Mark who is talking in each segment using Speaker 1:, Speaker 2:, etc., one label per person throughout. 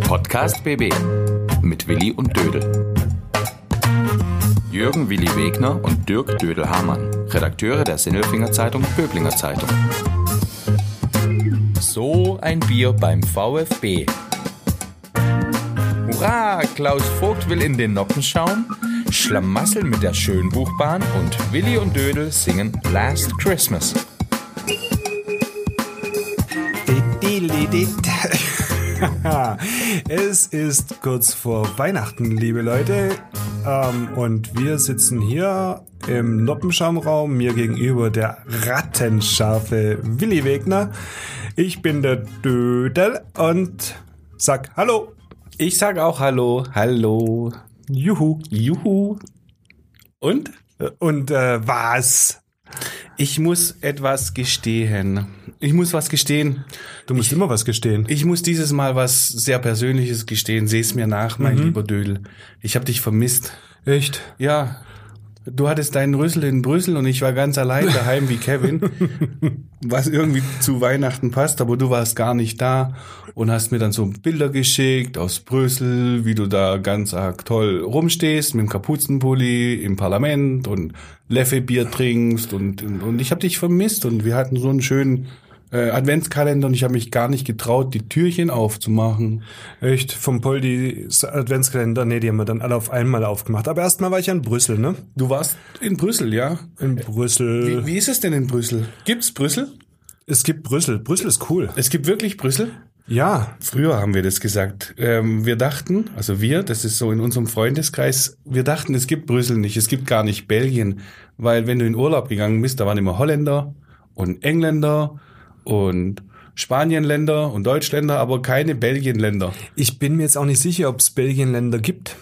Speaker 1: Podcast BB mit Willi und Dödel. Jürgen Willi Wegner und Dirk Dödel-Hamann, Redakteure der Sinnelfinger Zeitung Böblinger Zeitung. So ein Bier beim VfB. Hurra! Klaus Vogt will in den Noppen schauen, Schlamassel mit der Schönbuchbahn und Willi und Dödel singen Last Christmas.
Speaker 2: es ist kurz vor Weihnachten, liebe Leute. Ähm, und wir sitzen hier im Noppenschaumraum, mir gegenüber der rattenscharfe Willi Wegner. Ich bin der Dödel und sag Hallo.
Speaker 3: Ich sag auch Hallo. Hallo.
Speaker 2: Juhu.
Speaker 3: Juhu. Und?
Speaker 2: Und äh, was?
Speaker 3: Ich muss etwas gestehen. Ich muss was gestehen.
Speaker 2: Du musst immer was gestehen.
Speaker 3: Ich muss dieses Mal was sehr Persönliches gestehen. Seh's mir nach, mein lieber Dödel. Ich habe dich vermisst.
Speaker 2: Echt?
Speaker 3: Ja, du hattest deinen Rüssel in Brüssel und ich war ganz allein daheim wie Kevin, was irgendwie zu Weihnachten passt, aber du warst gar nicht da und hast mir dann so Bilder geschickt aus Brüssel, wie du da ganz arg toll rumstehst mit dem Kapuzenpulli im Parlament und Leffe-Bier trinkst und, und, und ich habe dich vermisst und wir hatten so einen schönen äh, Adventskalender und ich habe mich gar nicht getraut, die Türchen aufzumachen.
Speaker 2: Echt? Vom Poldi Adventskalender? Nee, die haben wir dann alle auf einmal aufgemacht. Aber erstmal war ich ja in Brüssel, ne?
Speaker 3: Du warst in Brüssel, ja?
Speaker 2: In Brüssel.
Speaker 3: Äh, Wie, wie ist es denn in Brüssel? Gibt's Brüssel?
Speaker 2: Es gibt Brüssel. Brüssel ist cool.
Speaker 3: Es gibt wirklich Brüssel?
Speaker 2: Ja.
Speaker 3: Früher haben wir das gesagt. Ähm, wir dachten, also wir, das ist so in unserem Freundeskreis, wir dachten, es gibt Brüssel nicht, es gibt gar nicht Belgien. Weil wenn du in Urlaub gegangen bist, da waren immer Holländer und Engländer und Spanienländer und Deutschländer, aber keine Belgienländer.
Speaker 2: Ich bin mir jetzt auch nicht sicher, ob es Belgienländer gibt.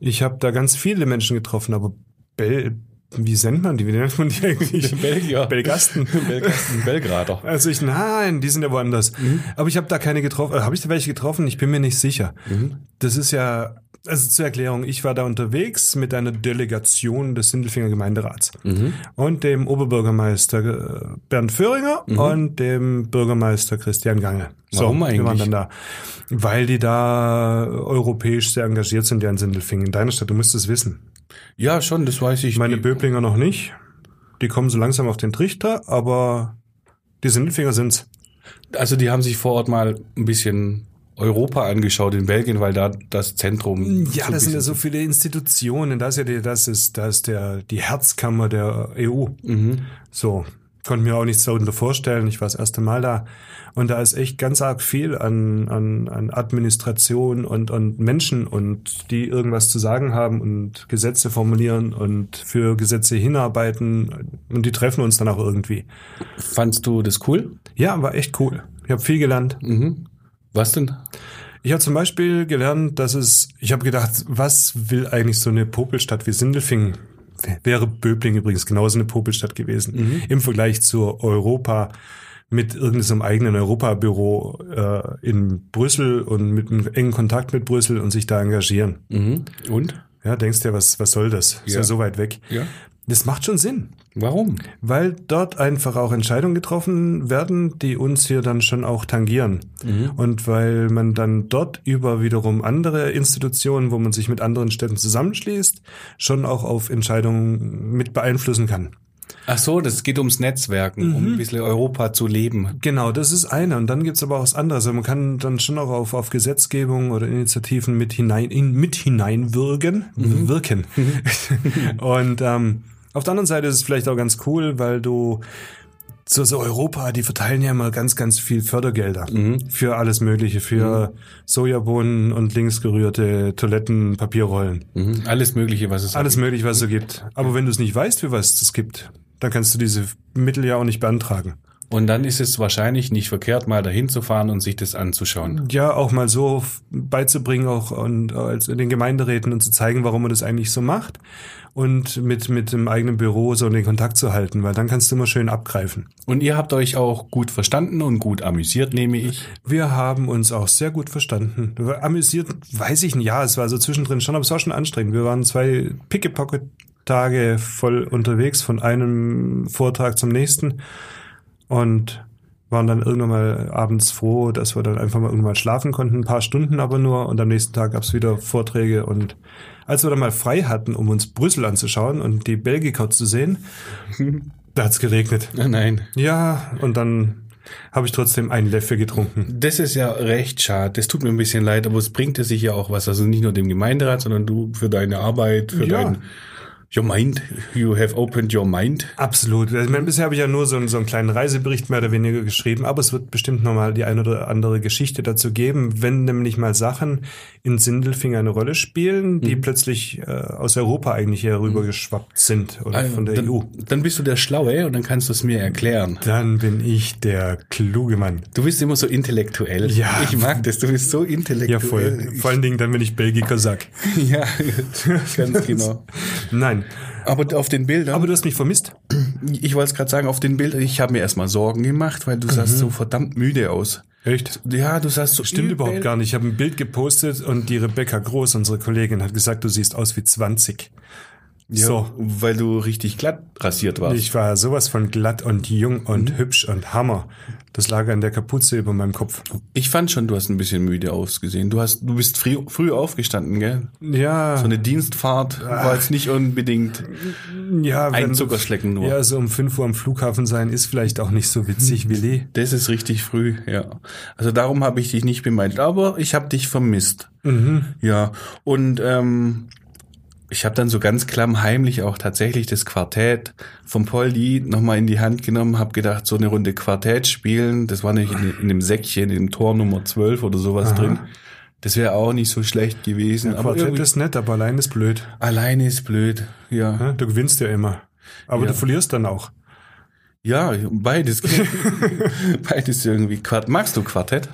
Speaker 2: Ich habe da ganz viele Menschen getroffen, aber Bel wie nennt man die? Wie nennt man die eigentlich?
Speaker 3: Belgier.
Speaker 2: Belgasten.
Speaker 3: Belgasten, Belgrader.
Speaker 2: Also ich, nein, die sind ja woanders.
Speaker 3: Mhm.
Speaker 2: Aber ich habe da keine getroffen. Äh, habe ich da welche getroffen? Ich bin mir nicht sicher.
Speaker 3: Mhm.
Speaker 2: Das ist ja, also zur Erklärung, ich war da unterwegs mit einer Delegation des Sindelfinger Gemeinderats und dem Oberbürgermeister äh, Bernd Föhringer und dem Bürgermeister Christian Gange.
Speaker 3: Warum
Speaker 2: Wir waren
Speaker 3: eigentlich?
Speaker 2: dann da. Weil die da europäisch sehr engagiert sind, ja in Sindelfingen. In deiner Stadt, du musst es wissen.
Speaker 3: Ja, schon, das weiß ich.
Speaker 2: Meine Böblinger noch nicht. Die kommen so langsam auf den Trichter, aber die Sindelfinger sind's.
Speaker 3: Also die haben sich vor Ort mal ein bisschen Europa angeschaut in Belgien, weil da das Zentrum.
Speaker 2: Ja,
Speaker 3: ein
Speaker 2: das sind ja
Speaker 3: bisschen-
Speaker 2: so viele Institutionen. Das ist ja die, das ist, das ist der, die Herzkammer der E EU.
Speaker 3: Mhm.
Speaker 2: So. Konnte mir auch nichts darunter vorstellen. Ich war das erste Mal da. Und da ist echt ganz arg viel an, an, an Administration und, und Menschen und die irgendwas zu sagen haben und Gesetze formulieren und für Gesetze hinarbeiten. Und die treffen uns dann auch irgendwie.
Speaker 3: Fandst du das cool?
Speaker 2: Ja, war echt cool. Ich habe viel gelernt.
Speaker 3: Mhm. Was denn?
Speaker 2: Ich habe zum Beispiel gelernt, dass es, ich habe gedacht, was will eigentlich so eine Popelstadt wie Sindelfingen? Wäre Böbling übrigens genauso eine Popelstadt gewesen.
Speaker 3: Mhm.
Speaker 2: Im Vergleich zu Europa mit irgendeinem eigenen Europabüro äh, in Brüssel und mit einem engen Kontakt mit Brüssel und sich da engagieren.
Speaker 3: Mhm. Und?
Speaker 2: Ja, denkst dir, was, was soll das? Ist ja.
Speaker 3: Ja.
Speaker 2: so weit weg.
Speaker 3: Ja.
Speaker 2: Das macht schon Sinn.
Speaker 3: Warum?
Speaker 2: Weil dort einfach auch Entscheidungen getroffen werden, die uns hier dann schon auch tangieren. Und weil man dann dort über wiederum andere Institutionen, wo man sich mit anderen Städten zusammenschließt, schon auch auf Entscheidungen mit beeinflussen kann.
Speaker 3: Ach so, das geht ums Netzwerken, um ein bisschen Europa zu leben.
Speaker 2: Genau, das ist eine. Und dann gibt's aber auch was anderes. Also Man kann dann schon auch auf, auf Gesetzgebung oder Initiativen mit hinein in, mit hineinwirken. Wirken. Und ähm, auf der anderen Seite ist es vielleicht auch ganz cool, weil du so, so Europa, die verteilen ja immer ganz, ganz viel Fördergelder für alles Mögliche, für Sojabohnen und linksgerührte Toiletten, Papierrollen.
Speaker 3: Mhm. Alles Mögliche, was es
Speaker 2: Alles Mögliche, was es so gibt. Aber wenn du es nicht weißt, für was es gibt, dann kannst du diese Mittel ja auch nicht beantragen.
Speaker 3: Und dann ist es wahrscheinlich nicht verkehrt, mal dahin zu fahren und sich das anzuschauen.
Speaker 2: ja auch mal so f- beizubringen auch und äh, als in den Gemeinderäten und zu zeigen, warum man das eigentlich so macht und mit mit dem eigenen Büro so den Kontakt zu halten, weil dann kannst du immer schön abgreifen.
Speaker 3: Und ihr habt euch auch gut verstanden und gut amüsiert, nehme ich.
Speaker 2: Wir haben uns auch sehr gut verstanden. Amüsiert, weiß ich nicht. Ja, es war so zwischendrin schon, aber es war schon anstrengend. Wir waren zwei Pickepocke Tage voll unterwegs von einem Vortrag zum nächsten und waren dann irgendwann mal abends froh, dass wir dann einfach mal irgendwann schlafen konnten, ein paar Stunden aber nur und am nächsten Tag gab es wieder Vorträge und als wir dann mal frei hatten, um uns Brüssel anzuschauen und die Belgiker zu sehen, da hat's geregnet.
Speaker 3: Ah, Nein.
Speaker 2: Ja, und dann habe ich trotzdem einen Leffe getrunken.
Speaker 3: Das ist ja recht schade. Das tut mir ein bisschen leid, aber es bringt es sich ja auch was. Also nicht nur dem Gemeinderat, sondern du für deine Arbeit, für
Speaker 2: Ja.
Speaker 3: dein Your mind. You have opened your mind.
Speaker 2: Absolut. Also, Ich meine, bisher habe ich ja nur so, einen- so einen kleinen Reisebericht mehr oder weniger geschrieben, aber es wird bestimmt nochmal die eine oder andere Geschichte dazu geben, wenn nämlich mal Sachen in Sindelfingen eine Rolle spielen,
Speaker 3: Mhm.
Speaker 2: die plötzlich äh, aus Europa eigentlich herübergeschwappt sind oder von der
Speaker 3: Äh, Also,
Speaker 2: E
Speaker 3: dann,
Speaker 2: EU.
Speaker 3: dann bist du der Schlaue und dann kannst du es mir erklären.
Speaker 2: Dann bin ich der kluge Mann.
Speaker 3: Du bist immer so intellektuell.
Speaker 2: Ja.
Speaker 3: Ich mag das. Du äh, bist so
Speaker 2: Ja,
Speaker 3: intellektuell.
Speaker 2: voll. Vor allen Dingen dann, wenn ich Belgiker sag.
Speaker 3: Ja, ganz genau.
Speaker 2: Nein.
Speaker 3: Aber auf den Bildern.
Speaker 2: Aber du hast mich vermisst.
Speaker 3: Ich wollte es gerade sagen, auf den Bildern, ich habe mir erstmal Sorgen gemacht, weil du sahst so verdammt müde aus.
Speaker 2: Echt?
Speaker 3: Ja, du sahst so
Speaker 2: Mhm. Stimmt überhaupt gar nicht. Ich habe ein Bild gepostet und die Rebecca Groß, unsere Kollegin, hat gesagt, du siehst aus wie 20. So.
Speaker 3: Weil du richtig glatt rasiert warst.
Speaker 2: Ich war sowas von glatt und jung und
Speaker 3: Mhm.
Speaker 2: hübsch und Hammer. Das lag an der Kapuze über meinem Kopf.
Speaker 3: Ich fand schon, du hast ein bisschen müde ausgesehen. Du hast, du bist früh, früh aufgestanden, gell?
Speaker 2: Ja,
Speaker 3: So eine Dienstfahrt
Speaker 2: Ah.
Speaker 3: war jetzt nicht unbedingt.
Speaker 2: ja
Speaker 3: ein
Speaker 2: wenn-
Speaker 3: Zuckerschlecken nur.
Speaker 2: Ja, so um 5 Uhr am Flughafen sein ist vielleicht auch nicht so
Speaker 3: Mhm.
Speaker 2: witzig, Willi.
Speaker 3: Das ist richtig früh, ja. Also darum habe ich dich nicht bemeint, aber ich habe dich vermisst.
Speaker 2: Mhm.
Speaker 3: Ja, und ähm, ich habe dann so ganz klamm heimlich auch tatsächlich das Quartett vom Poldi nochmal in die Hand genommen, habe gedacht, so eine Runde Quartett spielen, das war nicht in, in dem Säckchen, in dem Tor Nummer 12 oder sowas drin. Das wäre auch nicht so schlecht gewesen. aber
Speaker 2: Quartett
Speaker 3: irgendwie-
Speaker 2: ist nett, aber allein ist blöd.
Speaker 3: alleine ist blöd, ja.
Speaker 2: Ne? Du gewinnst ja immer. Aber
Speaker 3: Ja.
Speaker 2: du verlierst dann auch.
Speaker 3: Ja, beides. beides irgendwie. Quart Magst du Quartett?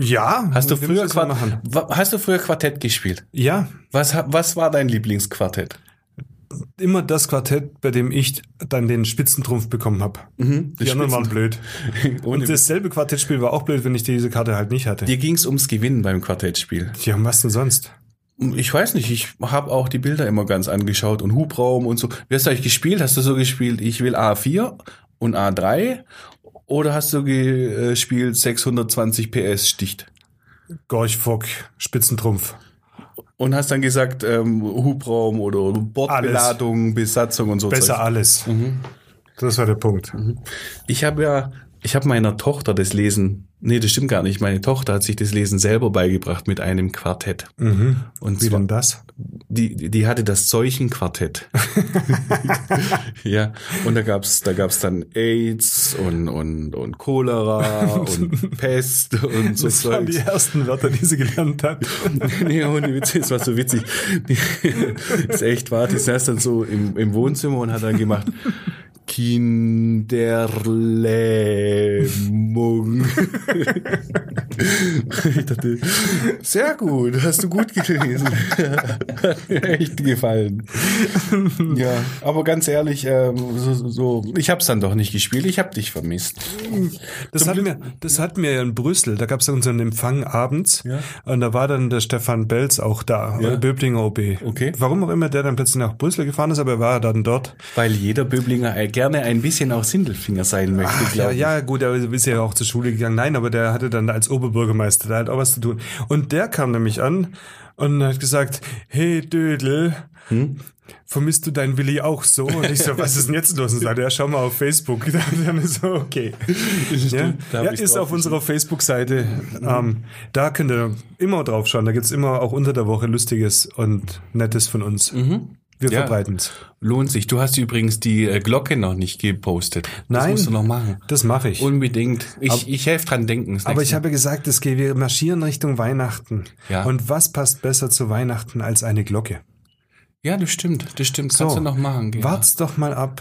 Speaker 2: Ja.
Speaker 3: Hast du,
Speaker 2: wir
Speaker 3: früher
Speaker 2: müssen das mal
Speaker 3: Quart
Speaker 2: machen.
Speaker 3: Wa- hast du früher Quartett gespielt?
Speaker 2: Ja,
Speaker 3: Was, ha- was war dein Lieblingsquartett?
Speaker 2: immer das Quartett, bei dem ich dann den Spitzentrumpf bekommen habe. die anderen waren blöd.
Speaker 3: Mhm. Ohne
Speaker 2: Und dasselbe Quartettspiel war auch blöd, wenn ich diese Karte halt nicht hatte.
Speaker 3: Dir ging's ums Gewinnen beim Quartettspiel.
Speaker 2: Ja, und was denn sonst?
Speaker 3: Ich weiß nicht, ich habe auch die Bilder immer ganz angeschaut und Hubraum und so. Wie hast du eigentlich gespielt? Hast du so gespielt, ich will A4 und A3? Oder hast du ge- äh, gespielt 620 PS sticht?
Speaker 2: Gorch, Fock, Spitzentrumpf.
Speaker 3: Und hast dann gesagt, ähm, Hubraum oder Bordbeladung, Besatzung und so.
Speaker 2: Besser
Speaker 3: Zeug. Mhm.
Speaker 2: alles. Das war der Punkt.
Speaker 3: Ich habe ja, ich habe meiner Tochter das Lesen, nee, das stimmt gar nicht. Meine Tochter hat sich das Lesen selber beigebracht mit einem Quartett.
Speaker 2: Mhm.
Speaker 3: Und
Speaker 2: Wie
Speaker 3: zwar-
Speaker 2: denn das?
Speaker 3: die, die hatte das Seuchenquartett. ja, und da gab's da gab's dann AIDS und, und, und Cholera und Pest und so
Speaker 2: Das waren die
Speaker 3: Zeugs.
Speaker 2: ersten Wörter, die sie gelernt hat.
Speaker 3: nee, ohne Witz, das war so witzig. Die, ist echt wahr, die saß dann so im, im Wohnzimmer und hat dann gemacht Kinderlähmung. ich dachte, sehr gut, hast du gut gelesen. Hat mir echt gefallen. Ja, aber ganz ehrlich, ähm, so, so, ich hab's dann doch nicht gespielt, ich hab dich vermisst.
Speaker 2: Das hatten wir, das hatten wir ja in Brüssel. Da gab es unseren Empfang abends.
Speaker 3: Ja.
Speaker 2: Und da war dann der Stefan Belz auch da,
Speaker 3: Ja.
Speaker 2: Böblinger OB.
Speaker 3: Okay.
Speaker 2: Warum auch immer der dann plötzlich nach Brüssel gefahren ist, aber er war dann dort.
Speaker 3: Weil jeder Böblinger gerne ein bisschen auch Sindelfinger sein möchte,
Speaker 2: Ja,
Speaker 3: glaube ich.
Speaker 2: ja, gut, er ist ja auch zur Schule gegangen. Nein, aber der hatte dann als Oberbürgermeister, der hat auch was zu tun. Und der kam nämlich an und hat gesagt, hey Dödel,
Speaker 3: Hm?
Speaker 2: vermisst du deinen Willi auch so? Und ich so, was ist denn jetzt los? Und sagt er, schau mal auf Facebook. Dann ist so, okay. Ja,
Speaker 3: da hab
Speaker 2: ja
Speaker 3: ich's Mhm.
Speaker 2: ist auf
Speaker 3: draufgeschaut.
Speaker 2: unserer Facebook-Seite. Ähm, da könnt ihr immer drauf schauen. Da gibt's immer auch unter der Woche Lustiges und Nettes von uns. Wir
Speaker 3: Mhm. Ja.
Speaker 2: verbreiten's.
Speaker 3: Lohnt sich. Du hast übrigens die äh, Glocke noch nicht gepostet. Das
Speaker 2: Nein.
Speaker 3: musst du noch machen.
Speaker 2: Das mache ich.
Speaker 3: Unbedingt. Ich, ich helfe dran denken. das
Speaker 2: Aber
Speaker 3: nächste
Speaker 2: ich habe gesagt, es geht, wir marschieren Richtung Weihnachten.
Speaker 3: Ja.
Speaker 2: Und was passt besser zu Weihnachten als eine Glocke?
Speaker 3: Mal. Ja, das stimmt. Das stimmt. Kannst
Speaker 2: So.
Speaker 3: du noch machen. genau. Ja.
Speaker 2: Wart's doch mal ab.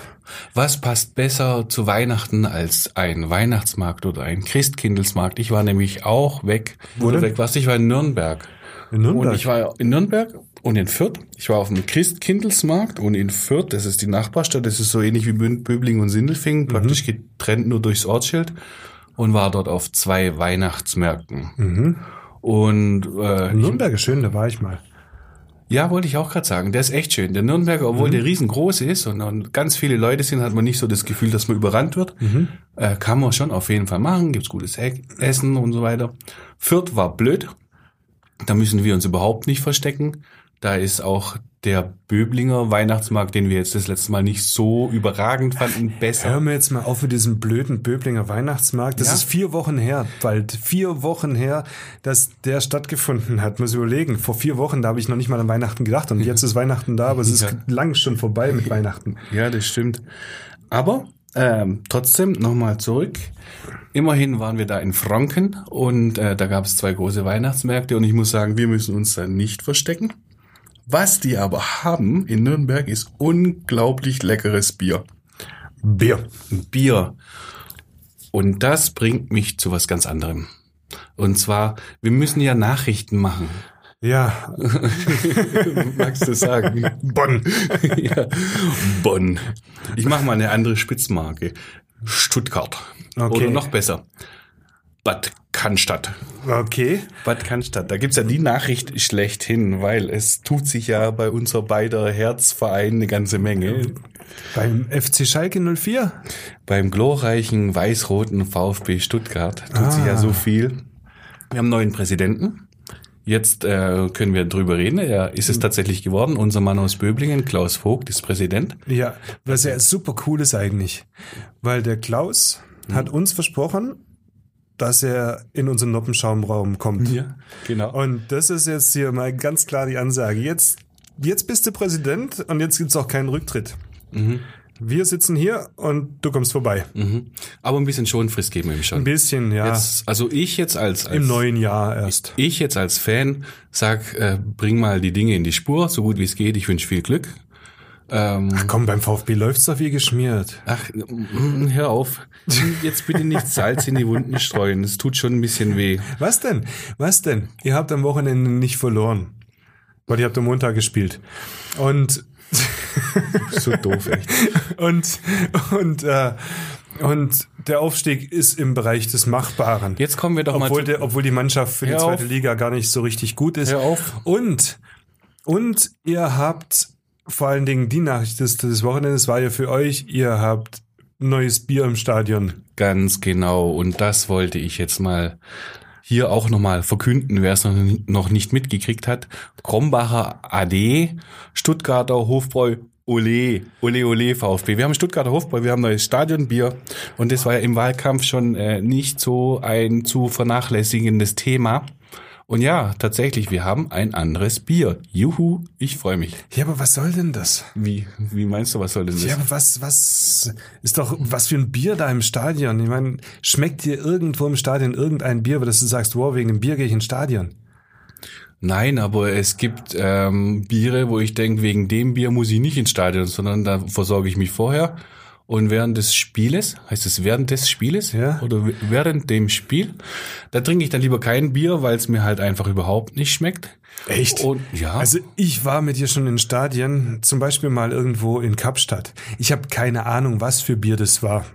Speaker 3: Was passt besser zu Weihnachten als ein Weihnachtsmarkt oder ein Christkindlesmarkt? Ich war nämlich auch weg.
Speaker 2: Wo
Speaker 3: Oder
Speaker 2: denn?
Speaker 3: weg warst. du? Ich war in Nürnberg.
Speaker 2: In Nürnberg.
Speaker 3: Und ich war in Nürnberg und in Fürth. Ich war auf dem Christkindlesmarkt und in Fürth, das ist die Nachbarstadt, das ist so ähnlich wie Bün- Böblingen und Sindelfingen, praktisch getrennt nur durchs Ortsschild und war dort auf zwei Weihnachtsmärkten. Und äh,
Speaker 2: Nürnberg ist schön, da war ich mal.
Speaker 3: ich- Ja, wollte ich auch gerade sagen. Der ist echt schön. Der Nürnberger, obwohl der riesengroß ist und, und ganz viele Leute sind, hat man nicht so das Gefühl, dass man überrannt wird. Äh, kann man schon auf jeden Fall machen. Gibt's gutes Eck- Essen und so weiter. Fürth war blöd. Da müssen wir uns überhaupt nicht verstecken. Da ist auch der Böblinger Weihnachtsmarkt, den wir jetzt das letzte Mal nicht so überragend fanden, besser.
Speaker 2: Hör mir jetzt mal auf mit diesem blöden Böblinger Weihnachtsmarkt. Das
Speaker 3: Ja.
Speaker 2: ist vier Wochen her, bald vier Wochen her, dass der stattgefunden hat. Muss überlegen. Vor vier Wochen, da habe ich noch nicht mal an Weihnachten gedacht. Und jetzt ist Weihnachten da, aber es ist
Speaker 3: Ja.
Speaker 2: lang schon vorbei mit Weihnachten.
Speaker 3: Ja, das stimmt. Aber ähm, trotzdem nochmal zurück. Immerhin waren wir da in Franken und äh, da gab es zwei große Weihnachtsmärkte und ich muss sagen, wir müssen uns da nicht verstecken. Was die aber haben in Nürnberg ist unglaublich leckeres Bier.
Speaker 2: Bier.
Speaker 3: Bier. Und das bringt mich zu was ganz anderem. Und zwar, wir müssen ja Nachrichten machen.
Speaker 2: Ja,
Speaker 3: Magst du sagen?
Speaker 2: Bonn.
Speaker 3: ja. Bonn. Ich mache mal eine andere Spitzmarke. Stuttgart.
Speaker 2: Okay.
Speaker 3: Oder noch besser. Bad Cannstatt.
Speaker 2: Okay.
Speaker 3: Bad Cannstatt. Da gibt's ja die Nachricht schlechthin, weil es tut sich ja bei unser beider Herzverein eine ganze Menge.
Speaker 2: Beim FC Schalke 04?
Speaker 3: Beim glorreichen weiß-roten VfB Stuttgart tut sich ja so viel. Ah. Wir haben einen neuen Präsidenten. Jetzt äh, können wir drüber reden. Er ist es tatsächlich geworden. Unser Mann aus Böblingen, Klaus Vogt, ist Präsident.
Speaker 2: Ja,
Speaker 3: Also
Speaker 2: was ja super cool ist eigentlich. Weil der Klaus
Speaker 3: Mhm.
Speaker 2: hat uns versprochen, dass er in unseren Noppenschaumraum kommt.
Speaker 3: genau.
Speaker 2: Und das ist jetzt hier mal ganz klar die Ansage. Jetzt, jetzt bist du Präsident und jetzt gibt's auch keinen Rücktritt. Wir sitzen hier und du kommst vorbei.
Speaker 3: Mhm. Aber ein bisschen Schonfrist geben wir ihm
Speaker 2: Ein
Speaker 3: schon.
Speaker 2: bisschen, ja.
Speaker 3: Jetzt, also ich jetzt als, als
Speaker 2: Im neuen Jahr erst.
Speaker 3: ich jetzt als Fan sag, äh, bring mal die Dinge in die Spur, so gut wie es geht. Ich wünsche viel Glück. Ähm,
Speaker 2: Komm, beim VfB läuft's doch wie geschmiert.
Speaker 3: ach, mm, hör auf. Jetzt bitte nicht Salz in die Wunden streuen. Es tut schon ein bisschen weh.
Speaker 2: Was denn? Was denn? Ihr habt am Wochenende nicht verloren. Weil ihr habt am Montag gespielt. Und
Speaker 3: So doof, echt.
Speaker 2: und und äh, und der Aufstieg ist im Bereich des Machbaren.
Speaker 3: Jetzt kommen wir doch mal
Speaker 2: obwohl,
Speaker 3: zu-
Speaker 2: der, obwohl die Mannschaft für die
Speaker 3: Hör
Speaker 2: zweite
Speaker 3: auf.
Speaker 2: Liga gar nicht so richtig gut ist.
Speaker 3: Hör auf.
Speaker 2: Und und ihr habt vor allen Dingen die Nachricht des, des Wochenendes war ja für euch, ihr habt neues Bier im Stadion.
Speaker 3: Ganz genau. Und das wollte ich jetzt mal hier auch nochmal verkünden, wer es noch ni- noch nicht mitgekriegt hat. Krombacher AD, Stuttgarter Hofbräu, Ole, Ole, Ole, VfB. Wir haben Stuttgarter Hofbräu, wir haben neues Stadionbier. Und das war ja im Wahlkampf schon äh, nicht so ein zu vernachlässigendes Thema. Und ja, tatsächlich, wir haben ein anderes Bier. Juhu, ich freue mich.
Speaker 2: Ja, aber was soll denn das?
Speaker 3: Wie, wie meinst du, was soll denn das?
Speaker 2: Ja, aber was, was ist doch, was für ein Bier da im Stadion? Ich meine, schmeckt dir irgendwo im Stadion irgendein Bier, aber dass du sagst, wow, wegen dem Bier gehe ich ins Stadion?
Speaker 3: Nein, aber es gibt ähm, Biere, wo ich denke, wegen dem Bier muss ich nicht ins Stadion, sondern da versorge ich mich vorher. Und während des Spieles, heißt es während des Spieles
Speaker 2: Ja.
Speaker 3: oder w- während dem Spiel, da trinke ich dann lieber kein Bier, weil es mir halt einfach überhaupt nicht schmeckt.
Speaker 2: Echt?
Speaker 3: Und ja,
Speaker 2: Also ich war mit dir schon in Stadien, zum Beispiel mal irgendwo in Kapstadt. Ich habe keine Ahnung, was für Bier das war.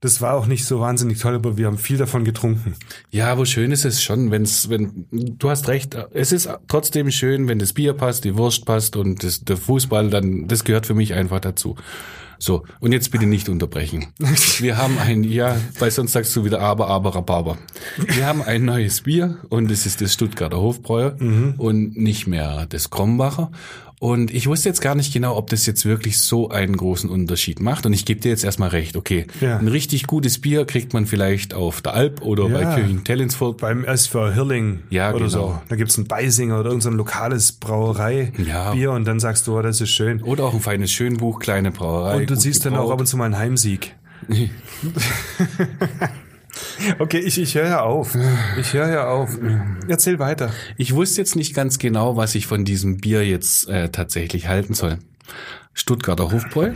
Speaker 2: Das war auch nicht so wahnsinnig toll, aber wir haben viel davon getrunken.
Speaker 3: ja, aber schön ist es schon, wenn's, wenn du hast recht, es ist trotzdem schön, wenn das Bier passt, die Wurst passt und das, der Fußball, dann das gehört für mich einfach dazu. So, und jetzt bitte nicht unterbrechen. Wir haben ein, ja, weil sonst sagst du wieder aber, aber, rababer. Wir haben ein neues Bier und es ist das Stuttgarter Hofbräu
Speaker 2: Mhm.
Speaker 3: und nicht mehr das Krombacher. Und ich wusste jetzt gar nicht genau, ob das jetzt wirklich so einen großen Unterschied macht. Und ich gebe dir jetzt erstmal recht, okay.
Speaker 2: Ja.
Speaker 3: Ein richtig gutes Bier kriegt man vielleicht auf der Alp oder
Speaker 2: Ja.
Speaker 3: bei Kirchen Tellinsfurt.
Speaker 2: Beim SV Hirling
Speaker 3: Ja,
Speaker 2: oder
Speaker 3: genau.
Speaker 2: so. Da gibt's ein Beisinger oder irgendein lokales Brauerei-Bier
Speaker 3: Ja.
Speaker 2: und dann sagst du, oh, das ist schön.
Speaker 3: Oder auch ein feines Schönbuch, kleine Brauerei.
Speaker 2: Und du
Speaker 3: gut
Speaker 2: siehst dann
Speaker 3: gebraut.
Speaker 2: auch ab und zu mal einen Heimsieg. okay, ich, ich höre ja auf. Ich höre ja auf. Erzähl weiter.
Speaker 3: Ich wusste jetzt nicht ganz genau, was ich von diesem Bier jetzt äh, tatsächlich halten soll. Stuttgarter Hofbräu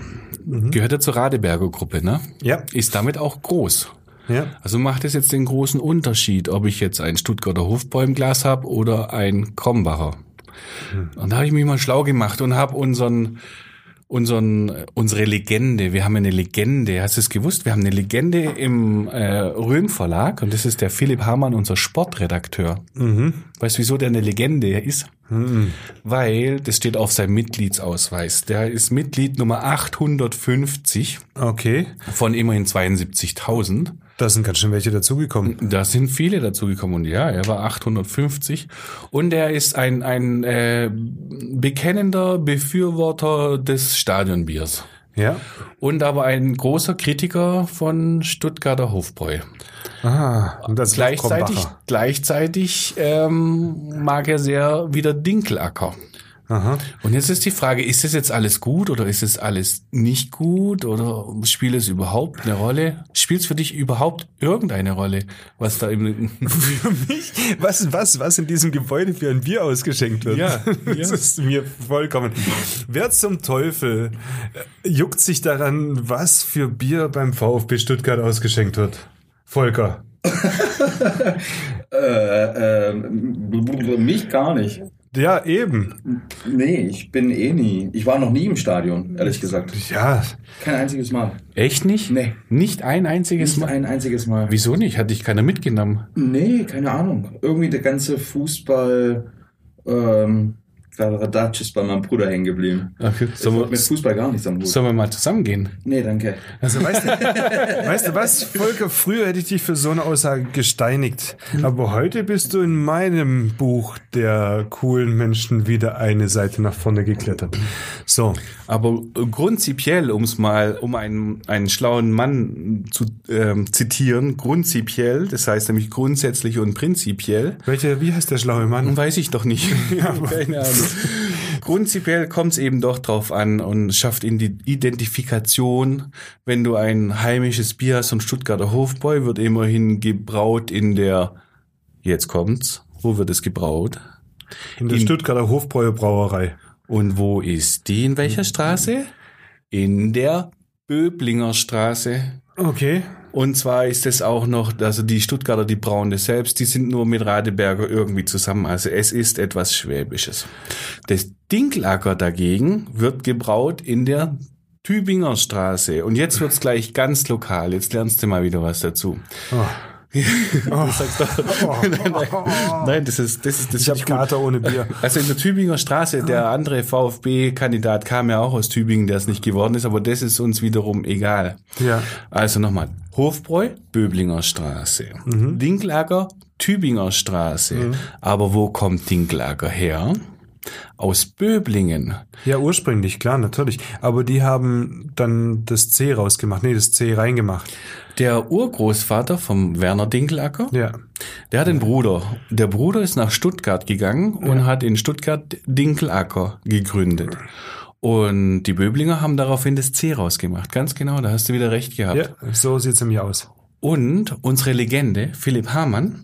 Speaker 3: gehört ja zur Radeberger Gruppe, ne?
Speaker 2: Mhm. Ja.
Speaker 3: Ist damit auch groß.
Speaker 2: Ja.
Speaker 3: Also macht es jetzt den großen Unterschied, ob ich jetzt ein Stuttgarter Hofbräu im Glas habe oder ein Krombacher. Und da habe ich mich mal schlau gemacht und habe unseren, unseren, unsere Legende, wir haben eine Legende, hast du es gewusst? Wir haben eine Legende im äh, Röhm Verlag und das ist der Philipp Hamann, unser Sportredakteur. Weißt du, wieso der eine Legende ist? Weil das steht auf seinem Mitgliedsausweis. Der ist Mitglied Nummer 850
Speaker 2: Okay.
Speaker 3: von immerhin 72.000.
Speaker 2: Da sind ganz schön welche dazugekommen.
Speaker 3: Da sind viele dazugekommen und ja, er war 850 und er ist ein, ein äh, bekennender Befürworter des Stadionbiers
Speaker 2: Ja.
Speaker 3: und aber ein großer Kritiker von Stuttgarter Hofbräu.
Speaker 2: Ah, und das ist noch
Speaker 3: Gleichzeitig,
Speaker 2: Krombacher.
Speaker 3: gleichzeitig ähm, mag er sehr wieder Dinkelacker.
Speaker 2: Aha.
Speaker 3: Und jetzt ist die Frage, ist das jetzt alles gut oder ist es alles nicht gut oder spielt es überhaupt eine Rolle? Spielt es für dich überhaupt irgendeine Rolle, was da im
Speaker 2: Für mich, was, was, was in diesem Gebäude für ein Bier ausgeschenkt wird.
Speaker 3: Ja,
Speaker 2: das
Speaker 3: ja.
Speaker 2: ist mir vollkommen. Wer zum Teufel äh, juckt sich daran, was für Bier beim VfB Stuttgart ausgeschenkt wird? Volker.
Speaker 4: Äh, äh, mich gar nicht.
Speaker 2: Ja, eben.
Speaker 4: Nee, ich bin eh nie. Ich war noch nie im Stadion, ehrlich gesagt.
Speaker 2: Ja,
Speaker 4: Kein einziges Mal.
Speaker 3: Echt nicht?
Speaker 4: Nee.
Speaker 3: Nicht ein einziges
Speaker 4: Nicht
Speaker 3: Mal.
Speaker 4: ein einziges Mal.
Speaker 3: Wieso nicht? Hat dich keiner mitgenommen?
Speaker 4: Nee, keine Ahnung. Irgendwie der ganze Fußball. Ähm, Kladderadatsch ist bei meinem Bruder hängen geblieben.
Speaker 3: Okay.
Speaker 4: Ich hab
Speaker 3: Sollen, wir,
Speaker 4: mit Fußball gar nichts am Hut.
Speaker 3: sollen wir mal zusammengehen?
Speaker 4: Nee, danke.
Speaker 2: also weißt du, weißt du was, Volker, früher hätte ich dich für so eine Aussage gesteinigt. Aber heute bist du in meinem Buch der coolen Menschen wieder eine Seite nach vorne geklettert. So,
Speaker 3: Aber prinzipiell, um es mal, um einen, einen schlauen Mann zu ähm, zitieren, prinzipiell, das heißt nämlich grundsätzlich und prinzipiell,
Speaker 2: welcher, wie heißt der schlaue Mann?
Speaker 3: weiß ich doch nicht. Keine Ahnung. Prinzipiell kommt es eben doch drauf an und schafft ihnen die Identifikation. Wenn du ein heimisches Bier hast und Stuttgarter Hofbräu wird immerhin gebraut in der, jetzt kommt's, wo wird es gebraut?
Speaker 2: In der
Speaker 3: In-
Speaker 2: Stuttgarter Hofbräuerbrauerei.
Speaker 3: Und wo ist die? In welcher Straße? In der Böblinger Straße.
Speaker 2: Okay.
Speaker 3: Und zwar ist es auch noch, also die Stuttgarter, die brauen das selbst, die sind nur mit Radeberger irgendwie zusammen. Also es ist etwas Schwäbisches. Das Dinklacker dagegen wird gebraut in der Tübinger Straße. Und jetzt wird's gleich ganz lokal. Jetzt lernst du mal wieder was dazu.
Speaker 2: Ah.
Speaker 3: Du sagst doch- nein, nein, nein, das ist das, ist,
Speaker 2: Ah.
Speaker 3: das
Speaker 2: Ich habe
Speaker 3: finde gut.
Speaker 2: Kater Ah. ohne Bier.
Speaker 3: Also in der Tübinger Straße, der andere VfB-Kandidat kam ja auch aus Tübingen, der es nicht geworden ist, aber das ist uns wiederum egal.
Speaker 2: Ja.
Speaker 3: Also nochmal, Hofbräu, Böblinger Straße, Dinklager, Tübinger Straße. Aber wo kommt Dinklager her? Aus Böblingen.
Speaker 2: Ja, ursprünglich, klar, natürlich. Aber die haben dann das C rausgemacht. Nee, das C reingemacht.
Speaker 3: Der Urgroßvater vom Werner Dinklacker,
Speaker 2: Ja.
Speaker 3: der hat einen Bruder. Der Bruder ist nach Stuttgart gegangen und hat in Stuttgart Dinkelacker gegründet. Und die Böblinger haben daraufhin das C rausgemacht. Ganz genau, da hast du wieder recht gehabt.
Speaker 2: Ja, so sieht's nämlich aus.
Speaker 3: Und unsere Legende, Philipp Hamann,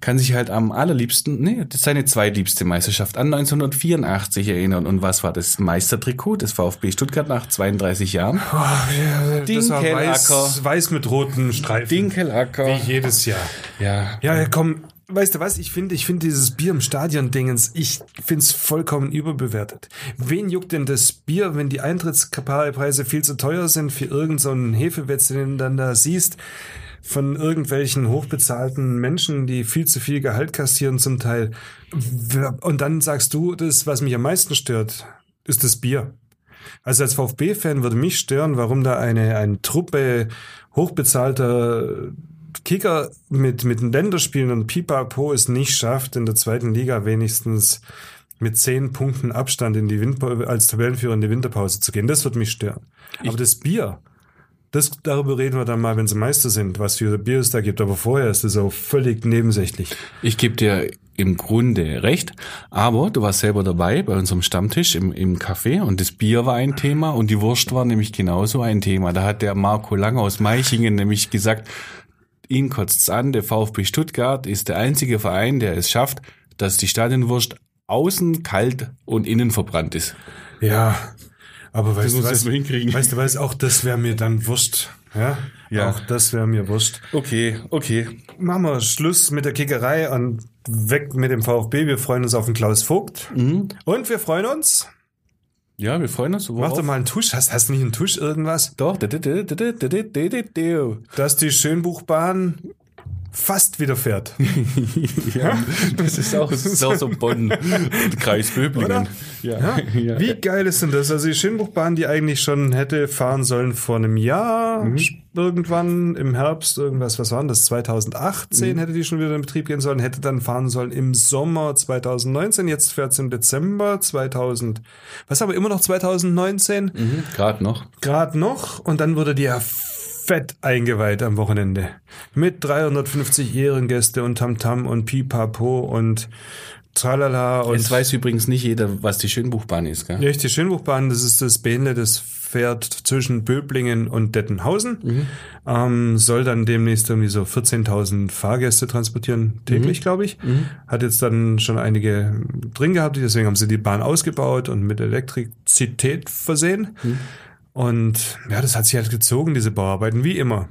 Speaker 3: kann sich halt am allerliebsten, nee, das ist seine zweitliebste Meisterschaft, an 1984 erinnern. Und was war das Meistertrikot des VfB Stuttgart nach 32 Jahren?
Speaker 2: Das war weiß,
Speaker 3: Dinkelacker.
Speaker 2: weiß mit roten Streifen.
Speaker 3: Dinkelacker.
Speaker 2: Wie jedes Jahr.
Speaker 3: Ja.
Speaker 2: Ja, komm. Weißt du was? Ich finde, ich finde dieses Bier im Stadion-Dingens, ich find's vollkommen überbewertet. Wen juckt denn das Bier, wenn die Eintrittspreise viel zu teuer sind für irgendeinen so einen Hefewetz, den du dann da siehst? Von irgendwelchen hochbezahlten Menschen, die viel zu viel Gehalt kassieren zum Teil. Und dann sagst du, das, was mich am meisten stört, ist das Bier. Also als VfB-Fan würde mich stören, warum da eine, eine Truppe hochbezahlter Kicker mit, mit Länderspielen und Pipapo es nicht schafft, in der zweiten Liga wenigstens mit zehn Punkten Abstand in die Winter, als Tabellenführer in die Winterpause zu gehen. Das wird mich stören. Aber das Bier, das, darüber reden wir dann mal, wenn sie Meister sind, was für Bier es da gibt. Aber vorher ist es auch völlig nebensächlich.
Speaker 3: Ich gebe dir im Grunde recht, aber du warst selber dabei bei unserem Stammtisch im, im Café und das Bier war ein Thema und die Wurst war nämlich genauso ein Thema. Da hat der Marco Lange aus Meichingen nämlich gesagt, ihn kotzt's an, der VfB Stuttgart ist der einzige Verein, der es schafft, dass die Stadionwurst außen kalt und innen verbrannt ist.
Speaker 2: Ja, aber weißt du
Speaker 3: musst du
Speaker 2: was,
Speaker 3: erst mal hinkriegen.
Speaker 2: weißt du was, auch das wäre mir dann wurscht. Ja?
Speaker 3: Ja.
Speaker 2: Auch das wäre mir wurscht.
Speaker 3: Okay, okay.
Speaker 2: Machen wir Schluss mit der Kickerei und weg mit dem VfB. Wir freuen uns auf den Klaus Vogt. Und wir freuen uns.
Speaker 3: Ja, wir freuen uns.
Speaker 2: Mach
Speaker 3: Worauf?
Speaker 2: doch mal einen Tusch. Hast, hast du nicht einen Tusch irgendwas?
Speaker 3: Doch.
Speaker 2: Dass die Schönbuchbahn fast widerfährt.
Speaker 3: Ja, das ist auch, das ist auch so Bonn, Kreis Böblingen.
Speaker 2: Oder?
Speaker 3: Ja. ja.
Speaker 2: Wie geil ist denn das? Also die Schönbuchbahn, die eigentlich schon hätte fahren sollen vor einem Jahr,
Speaker 3: Mhm.
Speaker 2: irgendwann im Herbst, irgendwas, was war denn das?
Speaker 3: Mhm.
Speaker 2: 2018 hätte die schon wieder in Betrieb gehen sollen, hätte dann fahren sollen im Sommer 2019, jetzt fährt es im Dezember 2000, was aber immer noch 2019,
Speaker 3: Mhm. Gerade noch.
Speaker 2: gerade noch, und dann wurde die ja fett eingeweiht am Wochenende. Mit 350 Ehrengäste und Tamtam und Pipapo und Tralala und
Speaker 3: Jetzt weiß übrigens nicht jeder, was die Schönbuchbahn ist, gell?
Speaker 2: ja, echt, die Schönbuchbahn, das ist das Bähnle, das fährt zwischen Böblingen und Dettenhausen. Ähm, soll dann demnächst irgendwie so 14.000 Fahrgäste transportieren, täglich, glaube ich. Hat jetzt dann schon einige drin gehabt, deswegen haben sie die Bahn ausgebaut und mit Elektrizität versehen. Und ja, das hat sich halt gezogen, diese Bauarbeiten, wie immer.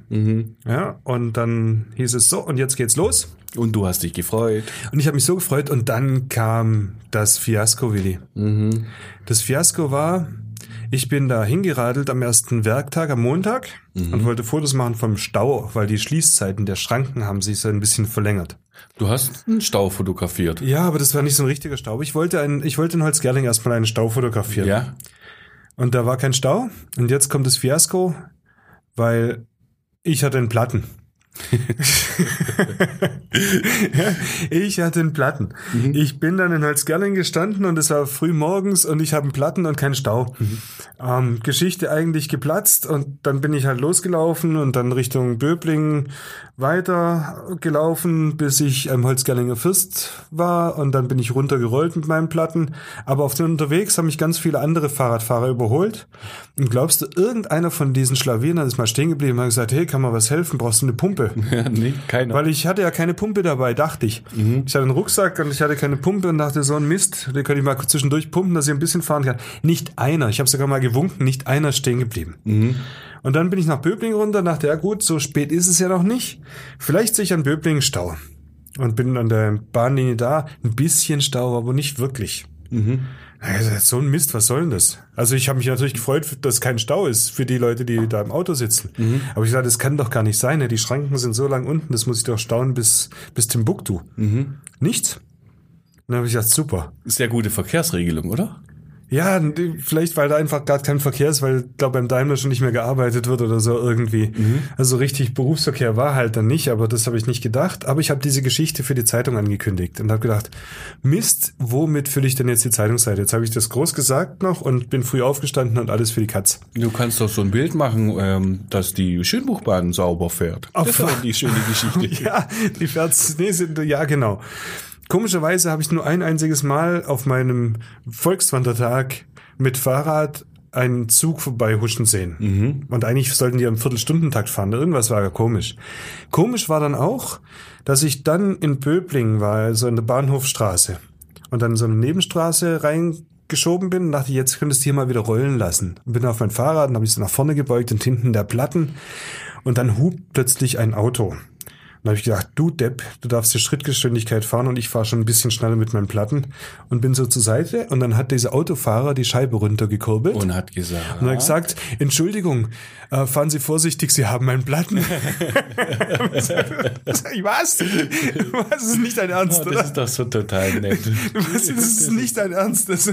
Speaker 2: Ja, und dann hieß es so, und jetzt geht's los.
Speaker 3: Und du hast dich gefreut.
Speaker 2: Und ich habe mich so gefreut und dann kam das Fiasko, Willi. Das Fiasko war, ich bin da hingeradelt am ersten Werktag, am Montag und wollte Fotos machen vom Stau, weil die Schließzeiten der Schranken haben sich so ein bisschen verlängert.
Speaker 3: Du hast einen Stau fotografiert.
Speaker 2: Ja, aber das war nicht so ein richtiger Stau. Ich wollte, einen, ich wollte in Holzgerling erstmal einen Stau fotografieren.
Speaker 3: Ja.
Speaker 2: Und da war kein Stau. Und jetzt kommt das Fiasko, weil ich hatte einen Platten. ich hatte einen Platten. Ich bin dann in Holzgerling gestanden und es war früh morgens und ich habe einen Platten und keinen Stau. Ähm, Geschichte eigentlich geplatzt und dann bin ich halt losgelaufen und dann Richtung Böblingen weiter gelaufen, bis ich am Holzgerlinger Fürst war und dann bin ich runtergerollt mit meinen Platten. Aber auf dem Unterwegs haben mich ganz viele andere Fahrradfahrer überholt. Und glaubst du, irgendeiner von diesen Schlawinern ist mal stehen geblieben und hat gesagt, hey, kann mir was helfen? Brauchst du eine Pumpe?
Speaker 3: ja nee, keiner.
Speaker 2: Weil ich hatte ja keine Pumpe dabei, dachte ich. Ich hatte einen Rucksack und ich hatte keine Pumpe und dachte, so ein Mist, den könnte ich mal zwischendurch pumpen, dass ich ein bisschen fahren kann. Nicht einer, ich habe sogar mal gewunken, nicht einer ist stehen geblieben. Und dann bin ich nach Böblingen runter und dachte, ja gut, so spät ist es ja noch nicht. Vielleicht sehe ich an Böblingen Stau. Und bin an der Bahnlinie da, ein bisschen Stau, aber nicht wirklich. Also, das ist so ein Mist, was soll denn das? Also ich habe mich natürlich gefreut, dass kein Stau ist für die Leute, die da im Auto sitzen. Aber ich dachte, das kann doch gar nicht sein. ne? Die Schranken sind so lang unten, das muss ich doch stauen bis, bis Timbuktu. Nichts. Dann habe ich gedacht, super.
Speaker 3: Sehr gute Verkehrsregelung, oder?
Speaker 2: Ja, die- vielleicht weil da einfach gerade kein Verkehr ist, weil glaube beim Daimler schon nicht mehr gearbeitet wird oder so irgendwie. Also richtig Berufsverkehr war halt dann nicht, aber das habe ich nicht gedacht. Aber ich habe diese Geschichte für die Zeitung angekündigt und habe gedacht, Mist, womit fülle ich denn jetzt die Zeitungsseite? Jetzt habe ich das groß gesagt noch und bin früh aufgestanden und alles für die Katz.
Speaker 3: Du kannst doch so ein Bild machen, ähm, dass die Schönbuchbahn sauber fährt. das ist doch die schöne Geschichte.
Speaker 2: Ja, die Ferz, nee, sind, ja genau. Komischerweise habe ich nur ein einziges Mal auf meinem Volkswandertag mit Fahrrad einen Zug vorbei huschen sehen. Und eigentlich sollten die am Viertelstundentakt fahren. Irgendwas war ja komisch. Komisch war dann auch, dass ich dann in Böblingen war, also in der Bahnhofstraße. Und dann in so eine Nebenstraße reingeschoben bin und dachte, jetzt könntest du hier mal wieder rollen lassen. Und bin auf mein Fahrrad und habe mich so nach vorne gebeugt und hinten der Platten. Und dann hupt plötzlich ein Auto. Und habe ich gedacht, du Depp, du darfst die Schrittgeschwindigkeit fahren und ich fahre schon ein bisschen schneller mit meinen Platten und bin so zur Seite und dann hat dieser Autofahrer die Scheibe runtergekurbelt und,
Speaker 3: Und hat gesagt.
Speaker 2: hat gesagt, Entschuldigung, äh, fahren Sie vorsichtig, Sie haben meinen Platten. Sag ich, Was? Was ist nicht dein Ernst,
Speaker 3: Oh,
Speaker 2: oder?
Speaker 3: das ist doch so total nett.
Speaker 2: Was, das ist nicht dein Ernst. Das,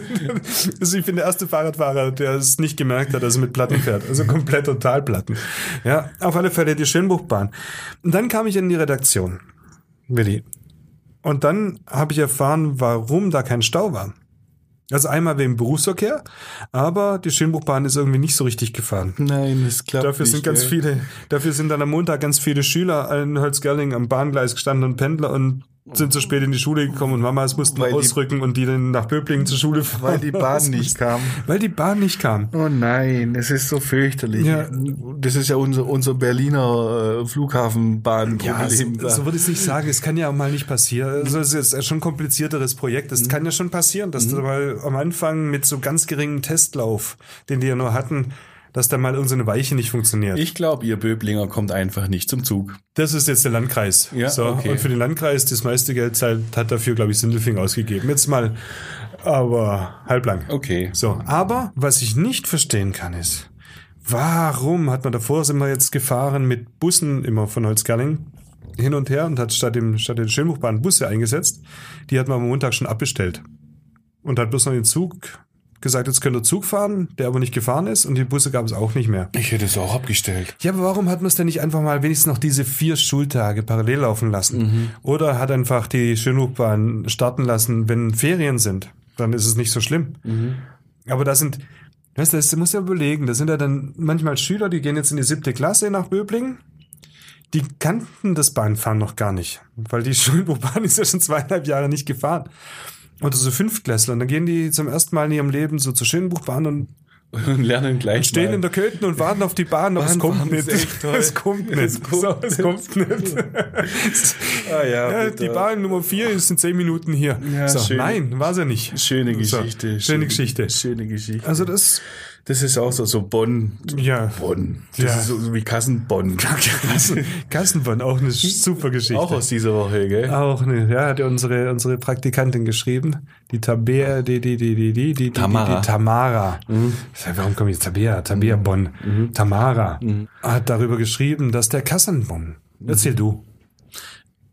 Speaker 2: also ich bin der erste Fahrradfahrer, der es nicht gemerkt hat, dass er mit Platten fährt. Also komplett Totalplatten. Ja, auf alle Fälle die Schönbuchbahn. Und dann kam ich in die Redaktion, Willi. Und dann habe ich erfahren, warum da kein Stau war. Also einmal wegen Berufsverkehr, aber die Schönbuchbahn ist irgendwie nicht so richtig gefahren.
Speaker 3: Nein, das klappt
Speaker 2: Dafür sind
Speaker 4: äh,
Speaker 2: ganz viele, dafür sind dann am Montag ganz viele Schüler in Holzgerling am Bahngleis gestanden und Pendler und sind zu spät in die Schule gekommen und Mamas mussten
Speaker 4: Weil die-
Speaker 2: ausrücken und die dann nach Böblingen zur Schule fahren.
Speaker 4: Weil die Bahn nicht kam.
Speaker 2: Weil die Bahn nicht kam.
Speaker 4: Oh nein, es ist so fürchterlich.
Speaker 2: Ja.
Speaker 4: Das ist ja unser, unser Berliner äh, Flughafenbahnproblem.
Speaker 2: also, so, so würde ich es nicht sagen. Es kann ja auch mal nicht passieren. Also es ist jetzt schon ein komplizierteres Projekt.
Speaker 4: Mhm.
Speaker 2: Es kann ja schon passieren, dass da mal am Anfang mit so ganz geringem Testlauf, den die ja nur hatten, dass da mal unsere Weiche nicht funktioniert.
Speaker 3: Ich glaube, ihr Böblinger kommt einfach nicht zum Zug.
Speaker 2: Das ist jetzt der Landkreis.
Speaker 3: Ja,
Speaker 2: so,
Speaker 3: okay.
Speaker 2: Und für den Landkreis, das meiste Geld zahlt- hat dafür, glaube ich, Sindelfing ausgegeben. Jetzt mal, aber halblang.
Speaker 3: Okay.
Speaker 2: So, aber was ich nicht verstehen kann ist, warum hat man davor, sind wir jetzt gefahren mit Bussen immer von Holzgerling hin und her und hat statt dem statt den Schönbuchbahn Busse eingesetzt. Die hat man am Montag schon abbestellt. Und hat bloß noch den Zug gesagt, jetzt könnt ihr Zug fahren, der aber nicht gefahren ist und die Busse gab es auch nicht mehr.
Speaker 3: Ich hätte es auch abgestellt.
Speaker 2: Ja, aber warum hat man es denn nicht einfach mal wenigstens noch diese vier Schultage parallel laufen lassen? Oder hat einfach die Schönhochbahn starten lassen, wenn Ferien sind? Dann ist es nicht so schlimm. Aber da sind, weißt du, das muss ja überlegen, da sind ja dann manchmal Schüler, die gehen jetzt in die siebte Klasse nach Böblingen. Die kannten das Bahnfahren noch gar nicht, weil die Schulbuchbahn ist ja schon zweieinhalb Jahre nicht gefahren. Oder so Fünftklässler, und dann gehen die zum ersten Mal in ihrem Leben so zur Schönbuchbahn und
Speaker 3: Und lernen gleich.
Speaker 2: stehen
Speaker 3: mal.
Speaker 2: in der Köthen und warten auf die Bahn, aber es
Speaker 3: Bahn
Speaker 2: kommt
Speaker 3: fahren
Speaker 2: nicht.
Speaker 3: ist echt toll.
Speaker 2: Es kommt nicht.
Speaker 3: Es kommt
Speaker 2: so, es kommt nicht.
Speaker 3: ah, ja,
Speaker 2: Ja,
Speaker 3: bitte.
Speaker 2: die Bahn Nummer 4 ist in 10 Minuten hier.
Speaker 3: Ja,
Speaker 2: so,
Speaker 3: schön.
Speaker 2: nein, war sie nicht.
Speaker 3: Schöne
Speaker 2: So,
Speaker 3: Geschichte.
Speaker 2: schöne Geschichte.
Speaker 3: Schöne Geschichte.
Speaker 2: Also das,
Speaker 3: das ist auch so, so Bonn.
Speaker 2: ja.
Speaker 3: Bonn. Das
Speaker 2: Ja.
Speaker 3: ist so wie Kassenbonn.
Speaker 2: Kassenbahn, auch eine super Geschichte.
Speaker 3: auch aus dieser Woche, gell?
Speaker 2: Auch eine, ja, hat ja unsere, unsere Praktikantin geschrieben. Die Tabea, die, die, die, die, die, die, die,
Speaker 3: Tamara. Mhm.
Speaker 2: die Tamara. Ich sag, Warum komme ich jetzt Tabea? Tabea Bonn. Tamara
Speaker 3: Mhm.
Speaker 2: hat darüber geschrieben, dass der Kassenbon. Erzähl du.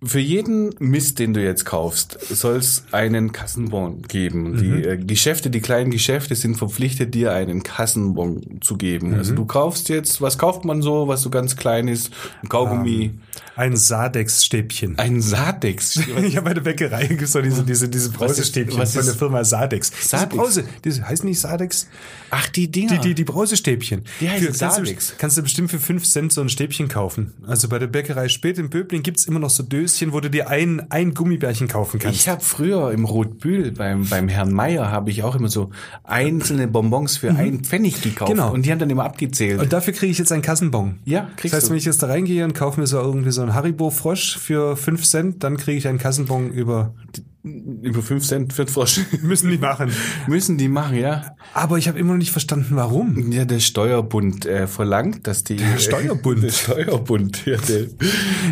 Speaker 3: Für jeden Mist, den du jetzt kaufst, soll es einen Kassenbon geben.
Speaker 2: Mhm.
Speaker 3: Die äh, Geschäfte, die kleinen Geschäfte sind verpflichtet, dir einen Kassenbon zu geben. Also
Speaker 2: Mhm.
Speaker 3: du kaufst jetzt, was kauft man so, was so ganz klein ist? Ein Kaugummi,
Speaker 2: Ähm. Ein Sadex-Stäbchen.
Speaker 3: ein Satex.
Speaker 2: Ich habe bei der Bäckerei gibt so diese, diese, diese Brausestäbchen
Speaker 3: was
Speaker 2: von der
Speaker 3: ist-
Speaker 2: Firma Sadex.
Speaker 3: Sadex?
Speaker 2: Diese Brause, diese, heißen nicht Sadex?
Speaker 3: Ach, die Dinger.
Speaker 2: Die, die, die Brausestäbchen.
Speaker 3: Die heißen
Speaker 2: für, Kannst
Speaker 3: Sadex.
Speaker 2: du, kannst du bestimmt für 5 Cent so ein Stäbchen kaufen. Also bei der Bäckerei Spät im Böbling gibt's immer noch so Döschen, wo du dir ein, ein Gummibärchen kaufen kannst.
Speaker 3: Ich habe früher im Rotbühl beim, beim Herrn Meier habe ich auch immer so einzelne Bonbons für einen Pfennig gekauft.
Speaker 2: Mhm. Genau.
Speaker 3: Und die haben dann immer abgezählt.
Speaker 2: Und dafür kriege ich jetzt einen Kassenbon.
Speaker 3: Ja, kriegst
Speaker 2: Das heißt,
Speaker 3: du.
Speaker 2: wenn ich jetzt da reingehe und kaufe mir so irgendwie so einen Haribo-Frosch für 5 Cent, dann kriege ich einen Kassenbon über...
Speaker 3: über 5 Cent für den Frosch.
Speaker 2: Müssen die machen.
Speaker 3: Müssen die machen, ja.
Speaker 2: Aber ich habe immer noch nicht verstanden, warum.
Speaker 3: Ja, der Steuerbund äh, verlangt, dass die. Der
Speaker 2: Steuerbund?
Speaker 3: Der Steuerbund, ja. Der,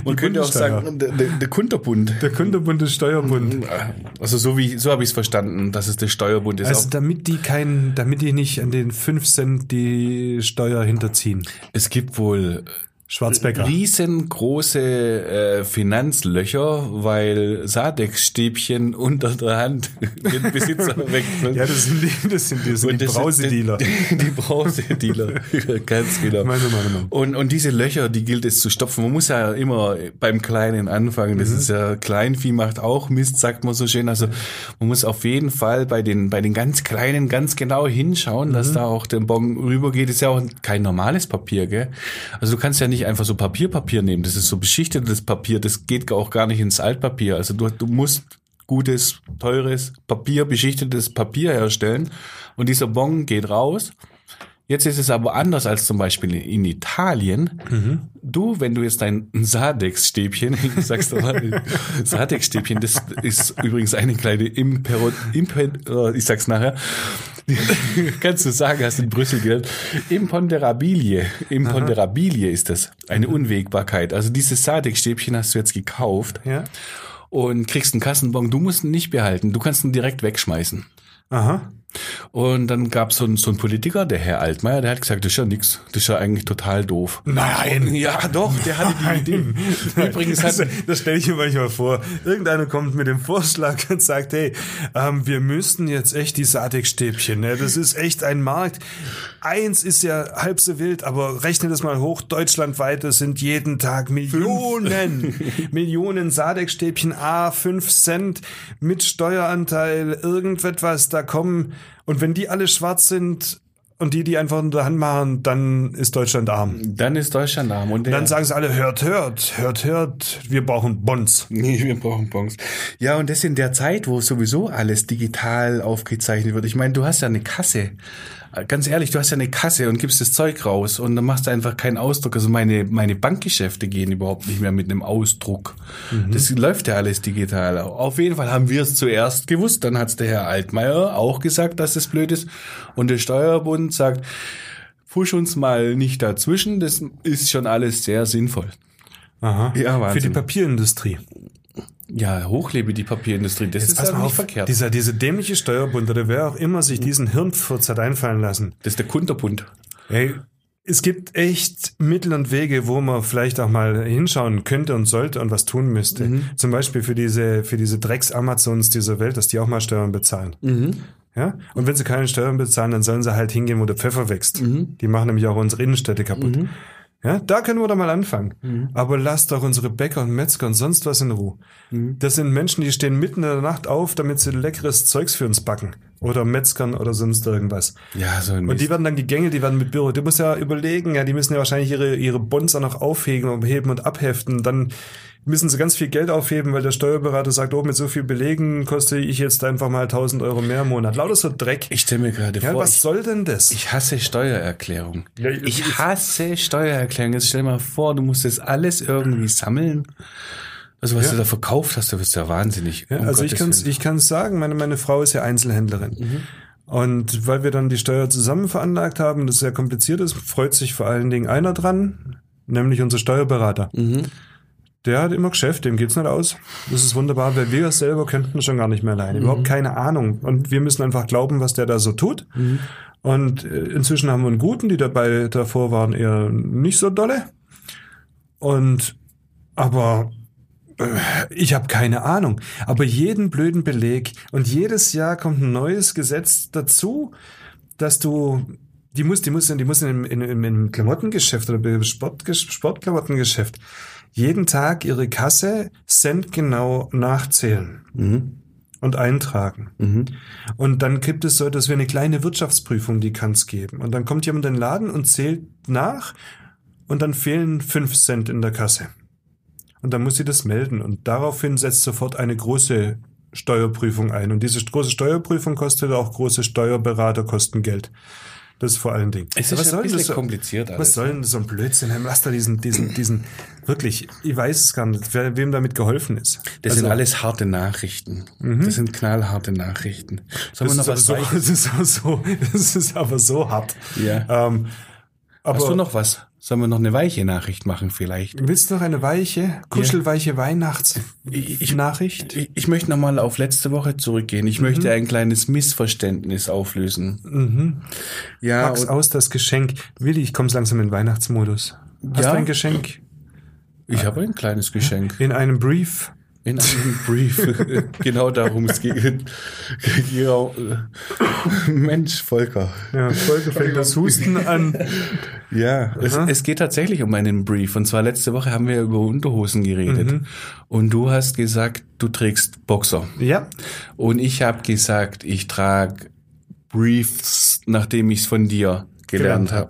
Speaker 3: man könnte auch
Speaker 2: Kundensteuer.
Speaker 3: sagen, der, der, der Kunterbund.
Speaker 2: Der Kunderbund ist Steuerbund.
Speaker 3: Also so wie so habe ich es verstanden, dass es der Steuerbund ist.
Speaker 2: Also
Speaker 3: Auch-
Speaker 2: damit die keinen, damit die nicht an den 5 Cent die Steuer hinterziehen.
Speaker 3: es gibt wohl
Speaker 2: Schwarzbäcker.
Speaker 3: riesengroße äh, Finanzlöcher, weil Sadex-Stäbchen unter der Hand den Besitzer wechseln.
Speaker 2: Ja, das sind die, das sind die, das sind
Speaker 3: Und
Speaker 2: die
Speaker 3: das sind
Speaker 2: Brausedealer.
Speaker 3: Die, die Brausedealer, ganz genau.
Speaker 2: Meine Meinung.
Speaker 3: Und, und diese Löcher, die gilt es zu stopfen. Man muss ja immer beim Kleinen anfangen. Das ist ja, Kleinvieh macht auch Mist, sagt man so schön. Also man muss auf jeden Fall bei den, bei den ganz Kleinen ganz genau hinschauen, dass da auch der Bon rübergeht. Ist ja auch kein normales Papier, gell? Also du kannst ja nicht einfach so Papierpapier nehmen. Das ist so beschichtetes Papier. Das geht auch gar nicht ins Altpapier. Also du, du musst gutes, teures Papier, beschichtetes Papier herstellen. Und dieser Bon geht raus. Jetzt ist es aber anders als zum Beispiel in Italien. Du, wenn du jetzt dein Sadex-Stäbchen, du sagst doch mal, Sadex-Stäbchen, das ist übrigens eine kleine Impero, Imper, äh, ich sag's nachher, kannst du sagen, hast in Brüssel gehört, Imponderabilie, Imponderabilie ist das, eine Unwägbarkeit. Also dieses Sadex-Stäbchen hast du jetzt gekauft
Speaker 2: Ja.
Speaker 3: und kriegst einen Kassenbon. Du musst ihn nicht behalten, du kannst ihn direkt wegschmeißen.
Speaker 2: Aha.
Speaker 3: Und dann gab so es so einen Politiker, der Herr Altmaier, der hat gesagt, das ist ja nix, das ist ja eigentlich total doof.
Speaker 2: Nein.
Speaker 3: Ja, doch, der hatte die Idee. Übrigens hat,
Speaker 2: Das, das stelle ich mir manchmal vor. Irgendeiner kommt mit dem Vorschlag und sagt, hey, ähm, wir müssen jetzt echt die Satikstäbchen, ne? das ist echt ein Markt. Eins ist ja halb so wild, aber rechne das mal hoch, deutschlandweit, das sind jeden Tag Millionen, Millionen Sadekstäbchen, A, 5 Cent mit Steueranteil, irgendetwas, da kommen. Und wenn die alle schwarz sind und die die einfach in der Hand machen, dann ist Deutschland arm.
Speaker 3: dann ist Deutschland arm. Und der,
Speaker 2: Dann sagen sie alle, hört, hört, hört, hört, wir brauchen Bonds.
Speaker 3: Nee, wir brauchen Bons. Ja, und das in der Zeit, wo sowieso alles digital aufgezeichnet wird. Ich meine, du hast ja eine Kasse. Äh, Ganz ehrlich, du hast ja eine Kasse und gibst das Zeug raus und dann machst du einfach keinen Ausdruck. Also meine, meine Bankgeschäfte gehen überhaupt nicht mehr mit einem Ausdruck. Das läuft ja alles digital. Auf jeden Fall haben wir es zuerst gewusst. Dann hat es der Herr Altmaier auch gesagt, dass das blöd ist. Und der Steuerbund sagt, fusch uns mal nicht dazwischen. Das ist schon alles sehr sinnvoll.
Speaker 2: Aha.
Speaker 3: Ja, Wahnsinn.
Speaker 2: Für die Papierindustrie.
Speaker 3: Ja, hochlebe die Papierindustrie. Das ist
Speaker 2: Pass
Speaker 3: ja
Speaker 2: mal
Speaker 3: nicht
Speaker 2: auf,
Speaker 3: verkehrt.
Speaker 2: Dieser, diese dämliche Steuerbund oder wer auch immer sich diesen Hirnfurz hat einfallen lassen.
Speaker 3: Das ist der Kunterbund.
Speaker 2: Hey, es gibt echt Mittel und Wege, wo man vielleicht auch mal hinschauen könnte und sollte und was tun müsste. Zum Beispiel für diese, für diese Drecks-Amazons dieser Welt, dass die auch mal Steuern bezahlen. Ja? Und wenn sie keine Steuern bezahlen, dann sollen sie halt hingehen, wo der Pfeffer wächst. Die machen nämlich auch unsere Innenstädte kaputt. Ja, da können wir doch mal anfangen. Aber lasst doch unsere Bäcker und Metzger und sonst was in Ruhe. Das sind Menschen, die stehen mitten in der Nacht auf, damit sie leckeres Zeugs für uns backen. Oder Metzgern oder sonst irgendwas.
Speaker 3: Ja, so ein
Speaker 2: Und die
Speaker 3: Mist.
Speaker 2: werden dann gegängelt, die werden mit Büro. Du musst ja überlegen, ja, die müssen ja wahrscheinlich ihre, ihre Bonds auch noch aufheben und heben und abheften. Dann müssen sie ganz viel Geld aufheben, weil der Steuerberater sagt, oh, mit so viel Belegen koste ich jetzt einfach mal 1000 Euro mehr im Monat. Lauter so Dreck.
Speaker 3: Ich stelle mir gerade
Speaker 2: ja,
Speaker 3: vor,
Speaker 2: was soll denn das?
Speaker 3: ich, ich hasse Steuererklärung.
Speaker 2: Ja, ich-
Speaker 3: ich hasse Steuererklärung. Jetzt stell dir mal vor, du musst das alles irgendwie sammeln. Also was du da verkauft hast, du wirst ja wahnsinnig.
Speaker 2: Ja,
Speaker 3: Um
Speaker 2: also ich
Speaker 3: Gottes
Speaker 2: kann
Speaker 3: Willen. Mhm.
Speaker 2: ich kann's sagen, meine, meine Frau ist ja Einzelhändlerin. Und weil wir dann die Steuer zusammen veranlagt haben, das sehr kompliziert ist, freut sich vor allen Dingen einer dran, nämlich unser Steuerberater.
Speaker 3: Mhm.
Speaker 2: Der hat immer Geschäft, dem geht's nicht aus. Das ist wunderbar, weil wir selber könnten schon gar nicht mehr alleine.
Speaker 3: Mhm.
Speaker 2: Überhaupt keine Ahnung. Und wir müssen einfach glauben, was der da so tut.
Speaker 3: Mhm.
Speaker 2: Und äh, inzwischen haben wir einen guten, die dabei davor waren eher nicht so dolle. Und aber ich habe keine Ahnung. Aber jeden blöden Beleg und jedes Jahr kommt ein neues Gesetz dazu, dass du die muss, die muss, in- die muss in, in, in, im Klamottengeschäft oder im Sport, Sportklamottengeschäft jeden Tag ihre Kasse centgenau nachzählen und eintragen.
Speaker 3: Mhm.
Speaker 2: Und dann gibt es so etwas wie eine kleine Wirtschaftsprüfung, die kann es geben. Und dann kommt jemand in den Laden und zählt nach und dann fehlen fünf Cent in der Kasse. Und dann muss sie das melden. Und daraufhin setzt sofort eine große Steuerprüfung ein. Und diese große Steuerprüfung kostet auch große Steuerberater kosten Geld. Das vor allen Dingen.
Speaker 3: Es ist ein bisschen kompliziert alles.
Speaker 2: Was soll denn so ein Blödsinn? Herr Lass da diesen, diesen, diesen, wirklich, ich weiß es gar nicht, wer, wem damit geholfen ist.
Speaker 3: Das sind
Speaker 2: Also,
Speaker 3: alles harte Nachrichten. Das sind knallharte Nachrichten. Sollen
Speaker 2: Mhm.
Speaker 3: wir
Speaker 2: Das ist, aber
Speaker 3: noch was
Speaker 2: so,
Speaker 3: Weiches?
Speaker 2: das, ist aber so, das ist aber so hart.
Speaker 3: Ja.
Speaker 2: Ähm, aber
Speaker 3: Hast du noch was? Sollen wir noch eine weiche Nachricht machen vielleicht?
Speaker 2: willst du noch eine weiche, kuschelweiche
Speaker 3: Ich- ich-
Speaker 2: Weihnachts-Nachricht?
Speaker 3: Ich ich möchte nochmal auf letzte Woche zurückgehen. Ich möchte ein kleines Missverständnis auflösen. Ja,
Speaker 2: Pack's
Speaker 3: und
Speaker 2: aus, das Geschenk. Willi, ich komme langsam in Weihnachtsmodus. Hast
Speaker 3: Ja?
Speaker 2: du ein Geschenk?
Speaker 3: ich habe ein kleines Geschenk.
Speaker 2: In einem Brief?
Speaker 3: In einem Brief. genau darum es geht. Genau. Mensch, Volker.
Speaker 2: Ja, Folge fängt das Husten an.
Speaker 3: Ja, es, es geht tatsächlich um einen Brief. Und zwar letzte Woche haben wir über Unterhosen geredet. Und du hast gesagt, du trägst Boxer.
Speaker 2: Ja,
Speaker 3: Und ich habe gesagt, ich trage Briefs, nachdem ich es von dir gelernt
Speaker 2: Gelernt
Speaker 3: habe.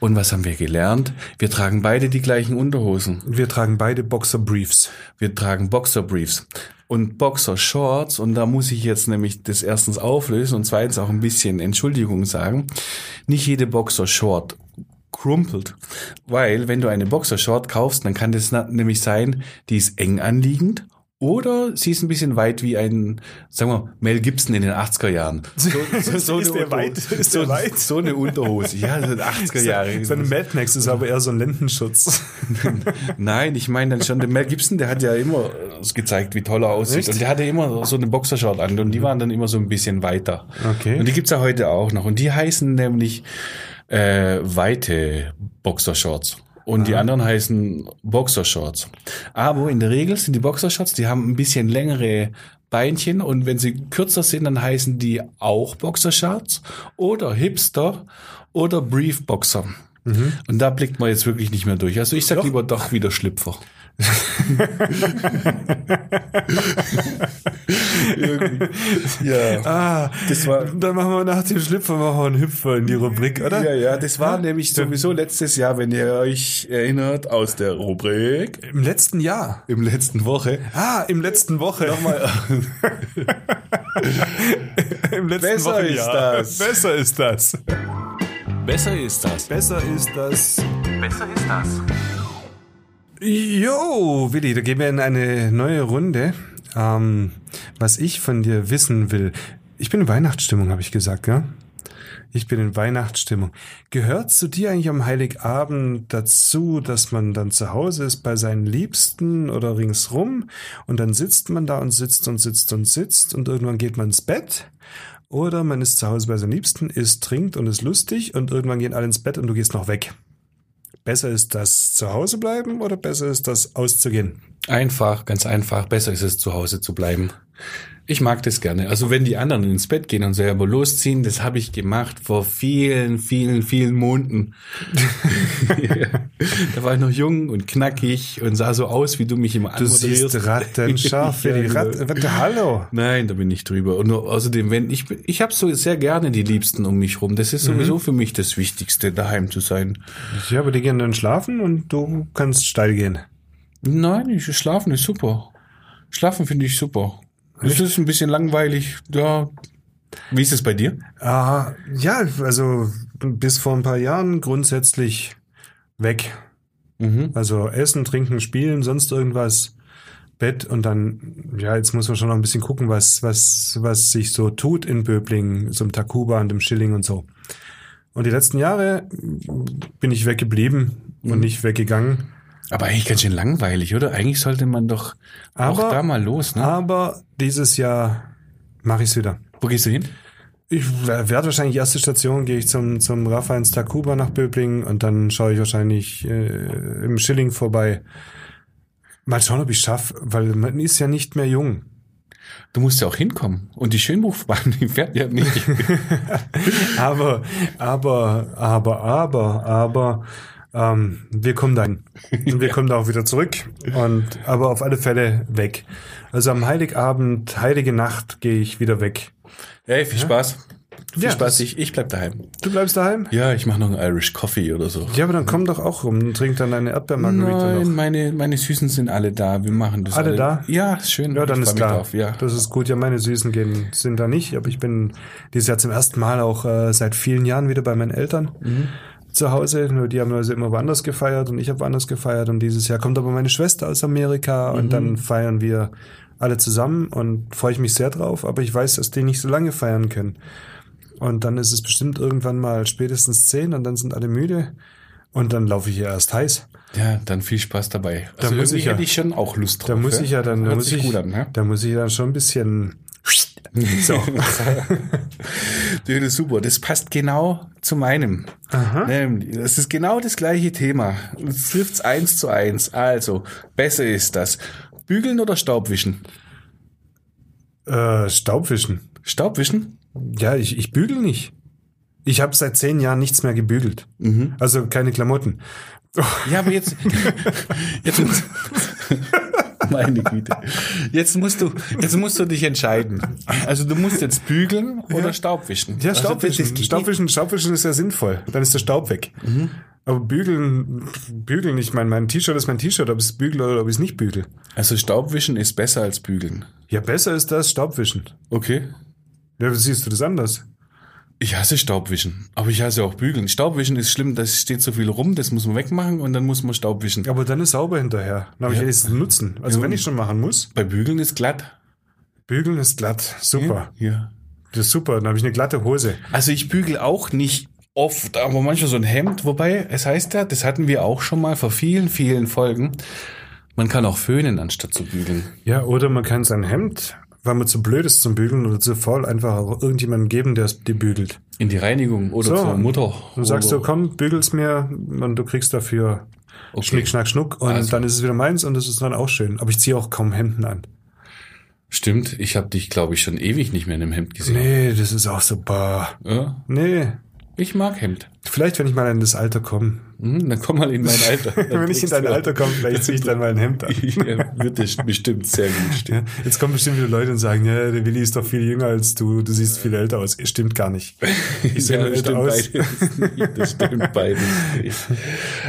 Speaker 3: Und was haben wir gelernt? Wir tragen beide die gleichen Unterhosen.
Speaker 2: wir tragen beide Boxer-Briefs.
Speaker 3: Wir tragen Boxerbriefs und Boxershorts und da muss ich jetzt nämlich das erstens auflösen und zweitens auch ein bisschen Entschuldigung sagen. Nicht jede Boxershort krumpelt, weil wenn du eine Boxershort kaufst, dann kann das na- nämlich sein, die ist eng anliegend oder sie ist ein bisschen weit wie ein, sagen wir, Mel Gibson in den 80er Jahren. So,
Speaker 2: Ist der
Speaker 3: Unterhose-
Speaker 2: weit? Ist
Speaker 3: so,
Speaker 2: der weit?
Speaker 3: so eine Unterhose. Ja, so 80er Jahre.
Speaker 2: Sein Mad Max ist aber eher so ein Lendenschutz.
Speaker 3: Nein, ich meine dann schon, der Mel Gibson, der hat ja immer äh, gezeigt, wie toll er aussieht.
Speaker 2: Echt? Mhm.
Speaker 3: Und der hatte immer so eine Boxershort an und die waren dann immer so ein bisschen weiter.
Speaker 2: Okay.
Speaker 3: Und die gibt's ja heute auch noch. Und die heißen nämlich äh, weite Boxershorts. Und die anderen heißen Boxershorts. Aber in der Regel sind die Boxershorts, die haben ein bisschen längere Beinchen und wenn sie kürzer sind, dann heißen die auch Boxershorts oder Hipster oder Briefboxer. Und da blickt man jetzt wirklich nicht mehr durch. Also ich sag lieber Mhm. doch wieder Schlüpfer. Irgendwie. ja.
Speaker 2: Ah,
Speaker 3: Das war-
Speaker 2: dann machen wir nach dem Schlüpfer machen wir einen Hüpfer in die Rubrik, oder?
Speaker 3: Ja, ja, das war nämlich sowieso letztes Jahr, wenn ihr euch erinnert, aus der Rubrik
Speaker 2: Im letzten Jahr.
Speaker 3: im letzten Woche.
Speaker 2: Ah, im letzten Woche. Nochmal. Im letzten
Speaker 3: Besser
Speaker 2: Wochenjahr.
Speaker 3: ist das.
Speaker 2: Besser ist das.
Speaker 3: Besser ist das.
Speaker 2: Besser ist das. Besser ist das. Jo, Willi, da gehen wir in eine neue Runde. Ähm, was ich von dir wissen will. Ich bin in Weihnachtsstimmung, habe ich gesagt, ja? Ich bin in Weihnachtsstimmung. Gehört zu dir eigentlich am Heiligabend dazu, dass man dann zu Hause ist bei seinen Liebsten oder ringsrum und dann sitzt man da und sitzt und sitzt und sitzt und irgendwann geht man ins Bett? Oder man ist zu Hause bei seinen Liebsten, isst, trinkt und ist lustig und irgendwann gehen alle ins Bett und du gehst noch weg. Besser ist das zu Hause bleiben oder besser ist das auszugehen?
Speaker 3: Einfach, ganz einfach. Besser ist es, zu Hause zu bleiben. Ich mag das gerne. Also wenn die anderen ins Bett gehen und selber losziehen, das habe ich gemacht vor vielen, vielen, vielen Monaten. da war ich noch jung und knackig und sah so aus, wie du mich immer
Speaker 2: Du siehst genau. rattenscharf wie die Ratten. Warte, Hallo.
Speaker 3: Nein, da bin ich drüber. Und nur außerdem, wenn ich bin- ich habe so sehr gerne die Liebsten um mich rum. Das ist sowieso für mich das Wichtigste, daheim zu sein.
Speaker 2: Ja, aber die gehen dann schlafen und du kannst steil gehen.
Speaker 3: Nein, ich, schlafen ist super. Schlafen finde ich super. Es ist ein bisschen langweilig. Ja. Wie ist es bei dir?
Speaker 2: Ah, ja, also bis vor ein paar Jahren grundsätzlich weg.
Speaker 3: Mhm.
Speaker 2: Also Essen, Trinken, Spielen, sonst irgendwas, Bett und dann, ja, jetzt muss man schon noch ein bisschen gucken, was, was, was sich so tut in Böblingen, so im Takuba und im Schilling und so. Und die letzten Jahre bin ich weggeblieben und nicht weggegangen.
Speaker 3: Aber eigentlich ganz schön langweilig, oder? Eigentlich sollte man doch
Speaker 2: Aber-
Speaker 3: auch da mal los, ne?
Speaker 2: Aber dieses Jahr mache ich's wieder.
Speaker 3: Wo gehst du hin?
Speaker 2: Ich werde wahrscheinlich erste Station, gehe ich zum, zum Rafa ins Takuba nach Böblingen und dann schaue ich wahrscheinlich äh, im Schilling vorbei. Mal schauen, ob ich schaffe, weil man ist ja nicht mehr jung.
Speaker 3: Du musst ja auch hinkommen. Und die Schönbuchbahn, die fährt ja nicht.
Speaker 2: Aber, aber, aber, aber, aber, ähm, wir kommen dann. Und wir kommen da auch wieder zurück. Und, aber auf alle Fälle weg. Also am Heiligabend, heilige Nacht gehe ich wieder weg.
Speaker 3: Hey, viel Spaß. Viel
Speaker 2: Ja,
Speaker 3: Spaß, ich, ich bleib daheim.
Speaker 2: Du bleibst daheim?
Speaker 3: Ja, ich mache noch einen Irish Coffee oder so.
Speaker 2: Ja, aber dann komm doch auch rum und trink dann eine Erdbeermargarita noch.
Speaker 3: Nein, meine, meine Süßen sind alle da. Wir machen das
Speaker 2: Alle da?
Speaker 3: Ja, ist schön.
Speaker 2: Ja, dann
Speaker 3: Ich
Speaker 2: ist
Speaker 3: freu mich
Speaker 2: klar.
Speaker 3: drauf, ja.
Speaker 2: Das ist gut. Ja, meine Süßen gehen, sind da nicht. Aber ich bin dieses Jahr zum ersten Mal auch äh, seit vielen Jahren wieder bei meinen Eltern
Speaker 3: Mhm.
Speaker 2: zu Hause. Nur die haben also immer woanders gefeiert und ich habe woanders gefeiert. Und dieses Jahr kommt aber meine Schwester aus Amerika
Speaker 3: Mhm.
Speaker 2: und dann feiern wir alle zusammen und freue ich mich sehr drauf. Aber ich weiß, dass die nicht so lange feiern können. Und dann ist es bestimmt irgendwann mal spätestens zehn und dann sind alle müde. Und dann laufe ich hier erst heiß.
Speaker 3: Ja, dann viel Spaß dabei. Also
Speaker 2: Da muss
Speaker 3: irgendwie
Speaker 2: ich ja-
Speaker 3: hätte ich schon auch Lust drauf.
Speaker 2: Da muss
Speaker 3: ja.
Speaker 2: ich ja dann, da
Speaker 3: Hört
Speaker 2: muss
Speaker 3: sich
Speaker 2: ich,
Speaker 3: gut an, ne?
Speaker 2: da muss ich dann schon ein bisschen so.
Speaker 3: Das ist super. Das passt genau zu meinem. Nämlich, das ist genau das gleiche Thema. Es trifft's eins zu eins. Also, besser ist das. Bügeln oder Staubwischen?
Speaker 2: Äh, Staubwischen.
Speaker 3: Staubwischen?
Speaker 2: Ja, ich, ich bügel nicht. Ich habe seit zehn Jahren nichts mehr gebügelt. Also keine Klamotten.
Speaker 3: Ja, aber jetzt, jetzt muss, meine Güte. Jetzt musst du, jetzt musst du dich entscheiden. Also du musst jetzt bügeln oder Staubwischen.
Speaker 2: Ja,
Speaker 3: Also,
Speaker 2: Staubwischen.
Speaker 3: das geht nicht.
Speaker 2: Staubwischen, Staubwischen ist ja sinnvoll. Dann ist der Staub weg.
Speaker 3: Mhm.
Speaker 2: Aber bügeln, bügeln, ich meine, mein T-Shirt ist mein T-Shirt, ob ich es bügel oder ob ich es nicht bügel.
Speaker 3: Also Staubwischen ist besser als bügeln.
Speaker 2: Ja, besser ist das Staubwischen.
Speaker 3: Okay.
Speaker 2: Ja, siehst du das anders?
Speaker 3: Ich hasse Staubwischen, aber ich hasse auch Bügeln. Staubwischen ist schlimm, das steht so viel rum, das muss man wegmachen und dann muss man Staubwischen.
Speaker 2: Aber dann ist sauber hinterher. Dann habe ich jetzt einen Nutzen. Also wenn ich schon machen muss,
Speaker 3: Bei Bügeln ist glatt.
Speaker 2: bügeln ist glatt. Super.
Speaker 3: Ja.
Speaker 2: Das ist super. Dann habe ich eine glatte Hose.
Speaker 3: Also ich bügel auch nicht oft, aber manchmal so ein Hemd. Wobei, es heißt ja, das hatten wir auch schon mal vor vielen, vielen Folgen. Man kann auch föhnen, anstatt zu bügeln.
Speaker 2: Ja, oder man kann sein Hemd, weil man zu blöd ist zum Bügeln oder zu faul, einfach auch irgendjemandem geben, der es dir bügelt.
Speaker 3: In die Reinigung oder
Speaker 2: So.
Speaker 3: zur Mutter.
Speaker 2: Du sagst
Speaker 3: Oder-
Speaker 2: so, komm, bügel's mir und du kriegst dafür Schnick, Schnack, Schnuck und
Speaker 3: Also.
Speaker 2: dann ist es wieder meins und das ist dann auch schön. Aber ich ziehe auch kaum Hemden an.
Speaker 3: Stimmt, ich habe dich, glaube ich, schon ewig nicht mehr in einem Hemd gesehen.
Speaker 2: Nee, das ist auch so, bah.
Speaker 3: Ja,
Speaker 2: Nee,
Speaker 3: ich mag Hemd.
Speaker 2: vielleicht, wenn ich mal in das Alter komme.
Speaker 3: Hm, dann komm mal in mein Alter. Dann
Speaker 2: wenn ich in
Speaker 3: kriegst
Speaker 2: dein
Speaker 3: du-
Speaker 2: Alter komme, vielleicht ziehe ich dann mal ein Hemd an.
Speaker 3: Ja, wird dir bestimmt sehr gut stehen.
Speaker 2: Ja, jetzt kommen bestimmt wieder Leute und sagen, ja, der Willi ist doch viel jünger als du, du siehst viel älter aus. Stimmt gar nicht. Ich sehe
Speaker 3: Ja,
Speaker 2: nur älter
Speaker 3: das stimmt
Speaker 2: aus.
Speaker 3: beides nicht. Das stimmt beides nicht.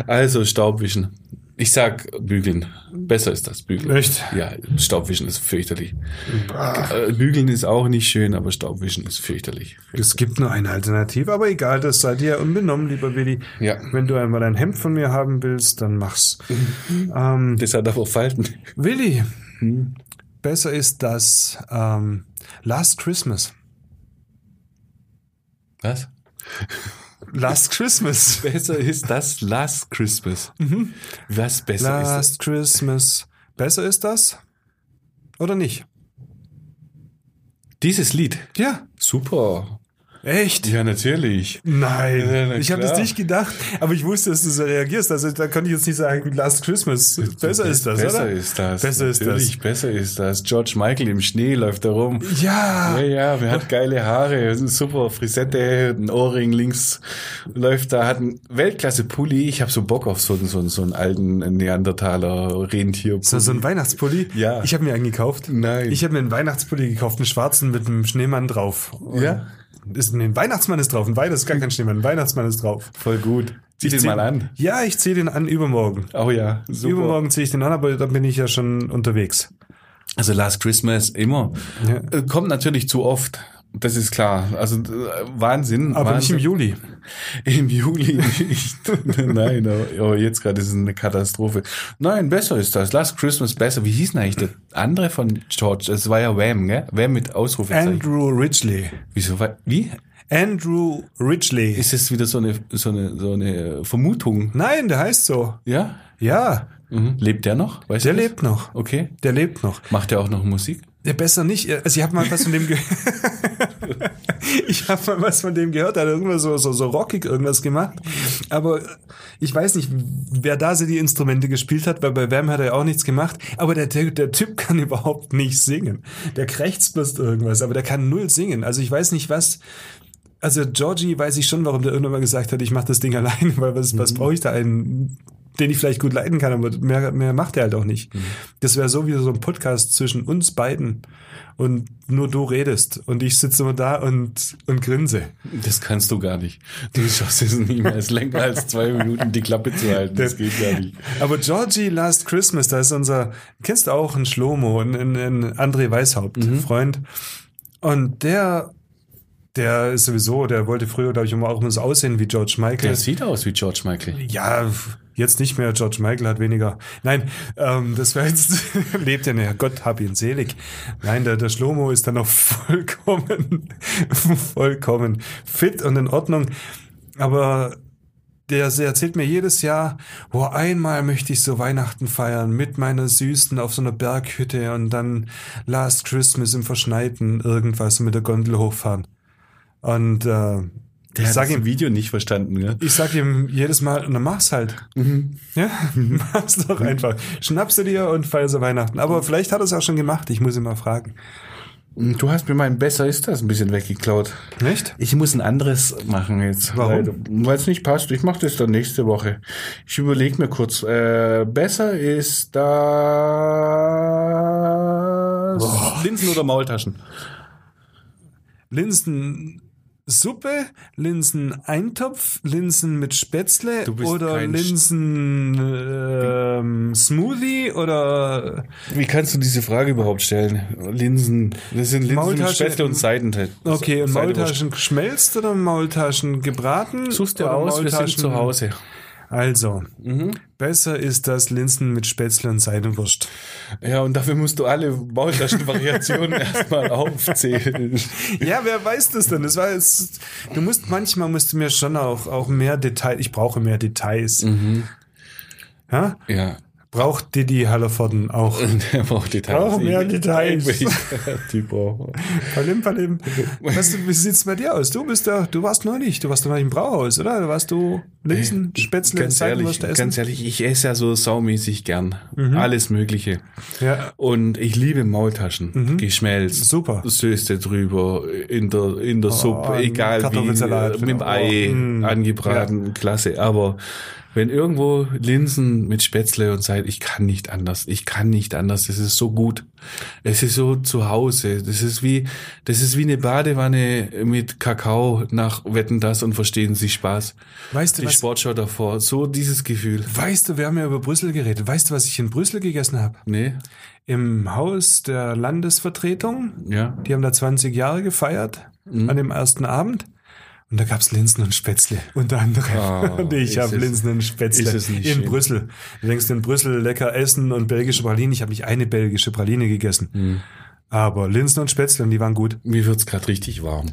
Speaker 3: Also Staubwischen. Ich sag bügeln. Besser ist das bügeln.
Speaker 2: Echt?
Speaker 3: Ja, Staubwischen ist fürchterlich.
Speaker 2: Bah.
Speaker 3: Äh, Bügeln ist auch nicht schön, aber Staubwischen ist fürchterlich.
Speaker 2: Es gibt nur eine Alternative, aber egal, das sei dir unbenommen, lieber Willi.
Speaker 3: Ja.
Speaker 2: Wenn du einmal ein Hemd von mir haben willst, dann mach's.
Speaker 3: Mhm.
Speaker 2: ähm,
Speaker 3: Das hat aber Falten.
Speaker 2: Willi,
Speaker 3: Mhm.
Speaker 2: besser ist das ähm, Last Christmas.
Speaker 3: Was?
Speaker 2: Last Christmas.
Speaker 3: Besser ist das Last Christmas. Was besser ist
Speaker 2: Mhm. Last Christmas. Besser ist das? Oder nicht?
Speaker 3: das? Dieses Lied.
Speaker 2: Ja.
Speaker 3: Super.
Speaker 2: Echt?
Speaker 3: Ja, natürlich.
Speaker 2: Nein.
Speaker 3: Ja, na
Speaker 2: ich habe das
Speaker 3: klar.
Speaker 2: nicht gedacht, aber ich wusste, dass du so reagierst. Also da konnte ich jetzt nicht sagen, Last Christmas. Besser ist das,
Speaker 3: Besser
Speaker 2: oder?
Speaker 3: ist das.
Speaker 2: Besser ist
Speaker 3: Natürlich, besser ist das. George Michael im Schnee läuft da rum.
Speaker 2: das. Ja.
Speaker 3: Ja, ja, wer hat geile Haare, super Frisette, ein Ohrring links läuft da, hat einen Weltklasse-Pulli. Ich habe so Bock auf so, einen- so, einen- so einen alten Neandertaler-Rentier.
Speaker 2: So, so ein Weihnachtspulli.
Speaker 3: Ja.
Speaker 2: Ich habe mir einen gekauft.
Speaker 3: Nein.
Speaker 2: Ich habe mir einen Weihnachtspulli gekauft, einen schwarzen mit einem Schneemann drauf. Und
Speaker 3: Ja.
Speaker 2: Ist, nee, ein Weihnachtsmann ist drauf. Ein Weihnachts ist gar kein Schneemann. Ein Weihnachtsmann ist drauf.
Speaker 3: Voll gut. Zieh den mal an.
Speaker 2: Ja, ich ziehe den an übermorgen.
Speaker 3: Oh ja, super.
Speaker 2: Übermorgen ziehe ich den an, aber dann bin ich ja schon unterwegs.
Speaker 3: Also Last Christmas immer.
Speaker 2: Ja.
Speaker 3: Äh, Kommt natürlich zu oft. Das ist klar. Also äh, Wahnsinn.
Speaker 2: Aber nicht
Speaker 3: Wahnsinn.
Speaker 2: im Juli.
Speaker 3: Im Juli nicht. Nein, aber aber jetzt gerade ist es eine Katastrophe. Nein, besser ist das. Last Christmas besser. Wie hieß denn eigentlich der andere von George? Es war ja Wham, gell? Wham mit Ausrufezeichen.
Speaker 2: Andrew Ridgely.
Speaker 3: Wieso? war- Wie?
Speaker 2: Andrew Ridgely.
Speaker 3: Ist es wieder so eine, so eine, so eine Vermutung?
Speaker 2: Nein, der heißt so.
Speaker 3: Ja?
Speaker 2: Ja,
Speaker 3: Mhm. Lebt der noch? Weißt
Speaker 2: der
Speaker 3: du das?
Speaker 2: lebt noch.
Speaker 3: Okay.
Speaker 2: Der lebt noch.
Speaker 3: Macht er auch noch Musik?
Speaker 2: Ja, besser nicht. Also ich habe mal was von dem gehört. ich habe mal was von dem gehört. Er hat irgendwas so, so, so rockig irgendwas gemacht. Aber ich weiß nicht, wer da so die Instrumente gespielt hat, weil bei Wham hat er ja auch nichts gemacht. Aber der, der, der Typ kann überhaupt nicht singen. Der krächzt bloß irgendwas, aber der kann null singen. Also ich weiß nicht, was... Also Georgie weiß ich schon, warum der irgendwann mal gesagt hat, ich mache das Ding alleine, weil was, was brauche ich da einen, den ich vielleicht gut leiten kann, aber mehr, mehr macht er halt auch nicht. Das wäre so wie so ein Podcast zwischen uns beiden und nur du redest und ich sitze immer da und, und grinse.
Speaker 3: Das kannst du gar nicht. Du schaffst es niemals länger als zwei Minuten die Klappe zu halten. Das geht gar nicht.
Speaker 2: Aber Georgie Last Christmas, da ist unser, kennst du auch einen Schlomo, einen, einen, einen André Weishaupt, Freund. Und der, der ist sowieso, der wollte früher, glaube ich, immer auch immer so aussehen wie George Michael.
Speaker 3: Der sieht aus wie George Michael.
Speaker 2: Ja, jetzt nicht mehr. George Michael hat weniger. Nein, ähm, das wäre jetzt, lebt ja nicht. Gott hab ihn selig. Nein, der, der Schlomo ist dann noch vollkommen, vollkommen fit und in Ordnung. Aber der, der erzählt mir jedes Jahr, wo einmal möchte ich so Weihnachten feiern mit meiner Süßen auf so einer Berghütte und dann Last Christmas im Verschneiten irgendwas und mit der Gondel hochfahren. Und äh, ich sag ihm,
Speaker 3: Video nicht verstanden, gell?
Speaker 2: ich sag ihm jedes Mal, und dann mach's halt.
Speaker 3: Mhm.
Speaker 2: Ja, mach's doch einfach. Schnappst du dir und feier so Weihnachten.
Speaker 3: Mhm.
Speaker 2: Aber vielleicht hat er es auch schon gemacht. Ich muss ihn mal fragen.
Speaker 3: Hm, Du hast mir mein Besser ist das ein bisschen weggeklaut.
Speaker 2: Nicht?
Speaker 3: Ich muss ein anderes machen jetzt.
Speaker 2: Warum?
Speaker 3: Weil es nicht passt. Ich mache das dann nächste Woche. Ich überlege mir kurz. Äh, besser ist das. Linsen oder Maultaschen?
Speaker 2: Linsensuppe, Linseneintopf, Linsen mit Spätzle
Speaker 3: Du bist
Speaker 2: oder
Speaker 3: kein
Speaker 2: Linsen ähm, Smoothie oder
Speaker 3: Wie kannst du diese Frage überhaupt stellen? Linsen. Das sind Linsen
Speaker 2: Maultasche-
Speaker 3: mit Spätzle und Seitenteil.
Speaker 2: okay und
Speaker 3: Seidewurst.
Speaker 2: Maultaschen geschmelzt oder Maultaschen gebraten?
Speaker 3: Suchst dir
Speaker 2: Oder
Speaker 3: aus, wir sind zu Hause. Mhm.
Speaker 2: Also besser ist das Linsen mit Spätzle und Seidenwurst.
Speaker 3: Ja, und dafür musst du alle Maultaschenvariationen erstmal aufzählen.
Speaker 2: Ja, wer weiß das denn? Das war jetzt, du musst manchmal musst du mir schon auch, auch mehr Detail. Ich brauche mehr Details.
Speaker 3: Mhm.
Speaker 2: Ja?
Speaker 3: Ja.
Speaker 2: Braucht Didi Hallervorden auch.
Speaker 3: Der braucht Details.
Speaker 2: Braucht mehr Details.
Speaker 3: Die brauchen wir.
Speaker 2: Palim, palim. Was, wie sieht's bei dir aus? Du bist da, du warst neulich, du warst neulich im Brauhaus, oder? Da warst du Linsen, Spätzle,
Speaker 3: Ganz ehrlich,
Speaker 2: Seitenwurst essen. Mhm.
Speaker 3: ganz ehrlich, ich esse ja so saumäßig gern. Alles Mögliche.
Speaker 2: Ja.
Speaker 3: Und ich liebe Maultaschen. Geschmelzt.
Speaker 2: Mhm. Super. Oh,
Speaker 3: Söste drüber, in der, in der Suppe,
Speaker 2: ein
Speaker 3: egal
Speaker 2: Kartoffelsalat.
Speaker 3: wie, äh, mit dem Ei
Speaker 2: Oh, mm.
Speaker 3: angebraten, klasse. Aber wenn irgendwo Linsen mit Spätzle und Seid, ich kann nicht anders. Ich kann nicht anders. Das ist so gut. Es ist so zu Hause. Das ist wie, das ist wie eine Badewanne mit Kakao nach Wetten das und verstehen Sie Spaß.
Speaker 2: Weißt du
Speaker 3: Die
Speaker 2: was?
Speaker 3: Sportschau davor. So dieses Gefühl.
Speaker 2: Weißt du, wir haben ja über Brüssel geredet. Weißt du, was ich in Brüssel gegessen habe?
Speaker 3: Nee,
Speaker 2: Im Haus der Landesvertretung.
Speaker 3: ja.
Speaker 2: Die haben da 20 Jahre gefeiert
Speaker 3: Mhm.
Speaker 2: an dem ersten Abend. Und da gab's Linsen und Spätzle, unter anderem.
Speaker 3: Ah,
Speaker 2: und ich
Speaker 3: ist
Speaker 2: habe
Speaker 3: es-
Speaker 2: Linsen und Spätzle
Speaker 3: ist es nicht
Speaker 2: in
Speaker 3: schön?
Speaker 2: Brüssel. Du denkst in Brüssel lecker essen und belgische Praline. Ich habe nicht eine belgische Praline gegessen.
Speaker 3: Mhm.
Speaker 2: Aber Linsen und Spätzle, und die waren gut.
Speaker 3: Mir wird's grad gerade richtig warm.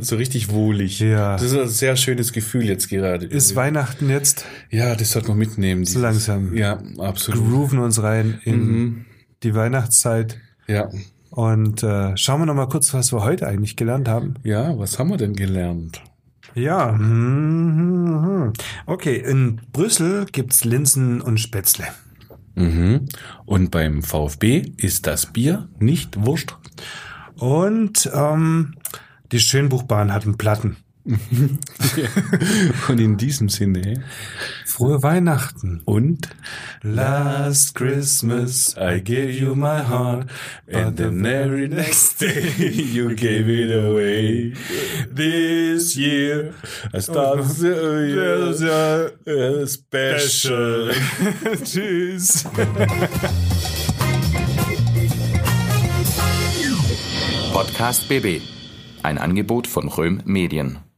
Speaker 3: So richtig wohlig.
Speaker 2: Mhm. Ja.
Speaker 3: Das ist ein sehr schönes Gefühl jetzt gerade.
Speaker 2: Ist Weihnachten jetzt?
Speaker 3: ja, das sollte man mitnehmen. dieses-
Speaker 2: langsam.
Speaker 3: Ja, absolut. Mhm.
Speaker 2: Grooven uns rein in die Weihnachtszeit.
Speaker 3: Ja.
Speaker 2: Und äh, schauen wir noch mal kurz, was wir heute eigentlich gelernt haben.
Speaker 3: Ja, was haben wir denn gelernt?
Speaker 2: Ja. mhm, mhm. Okay, in Brüssel gibt's Linsen und Spätzle.
Speaker 3: Mhm. Und beim VfB ist das Bier nicht Wurst.
Speaker 2: Und ähm, die Schönbuchbahn hat einen Platten.
Speaker 3: Und in diesem Sinne.
Speaker 2: Frohe Weihnachten.
Speaker 3: Und
Speaker 2: Last Christmas I gave you my heart, but the very next day
Speaker 3: you gave it away. This year
Speaker 2: Oh,
Speaker 3: I started special.
Speaker 2: Tschüss.
Speaker 1: Podcast BB. Ein Angebot von Röhm Medien.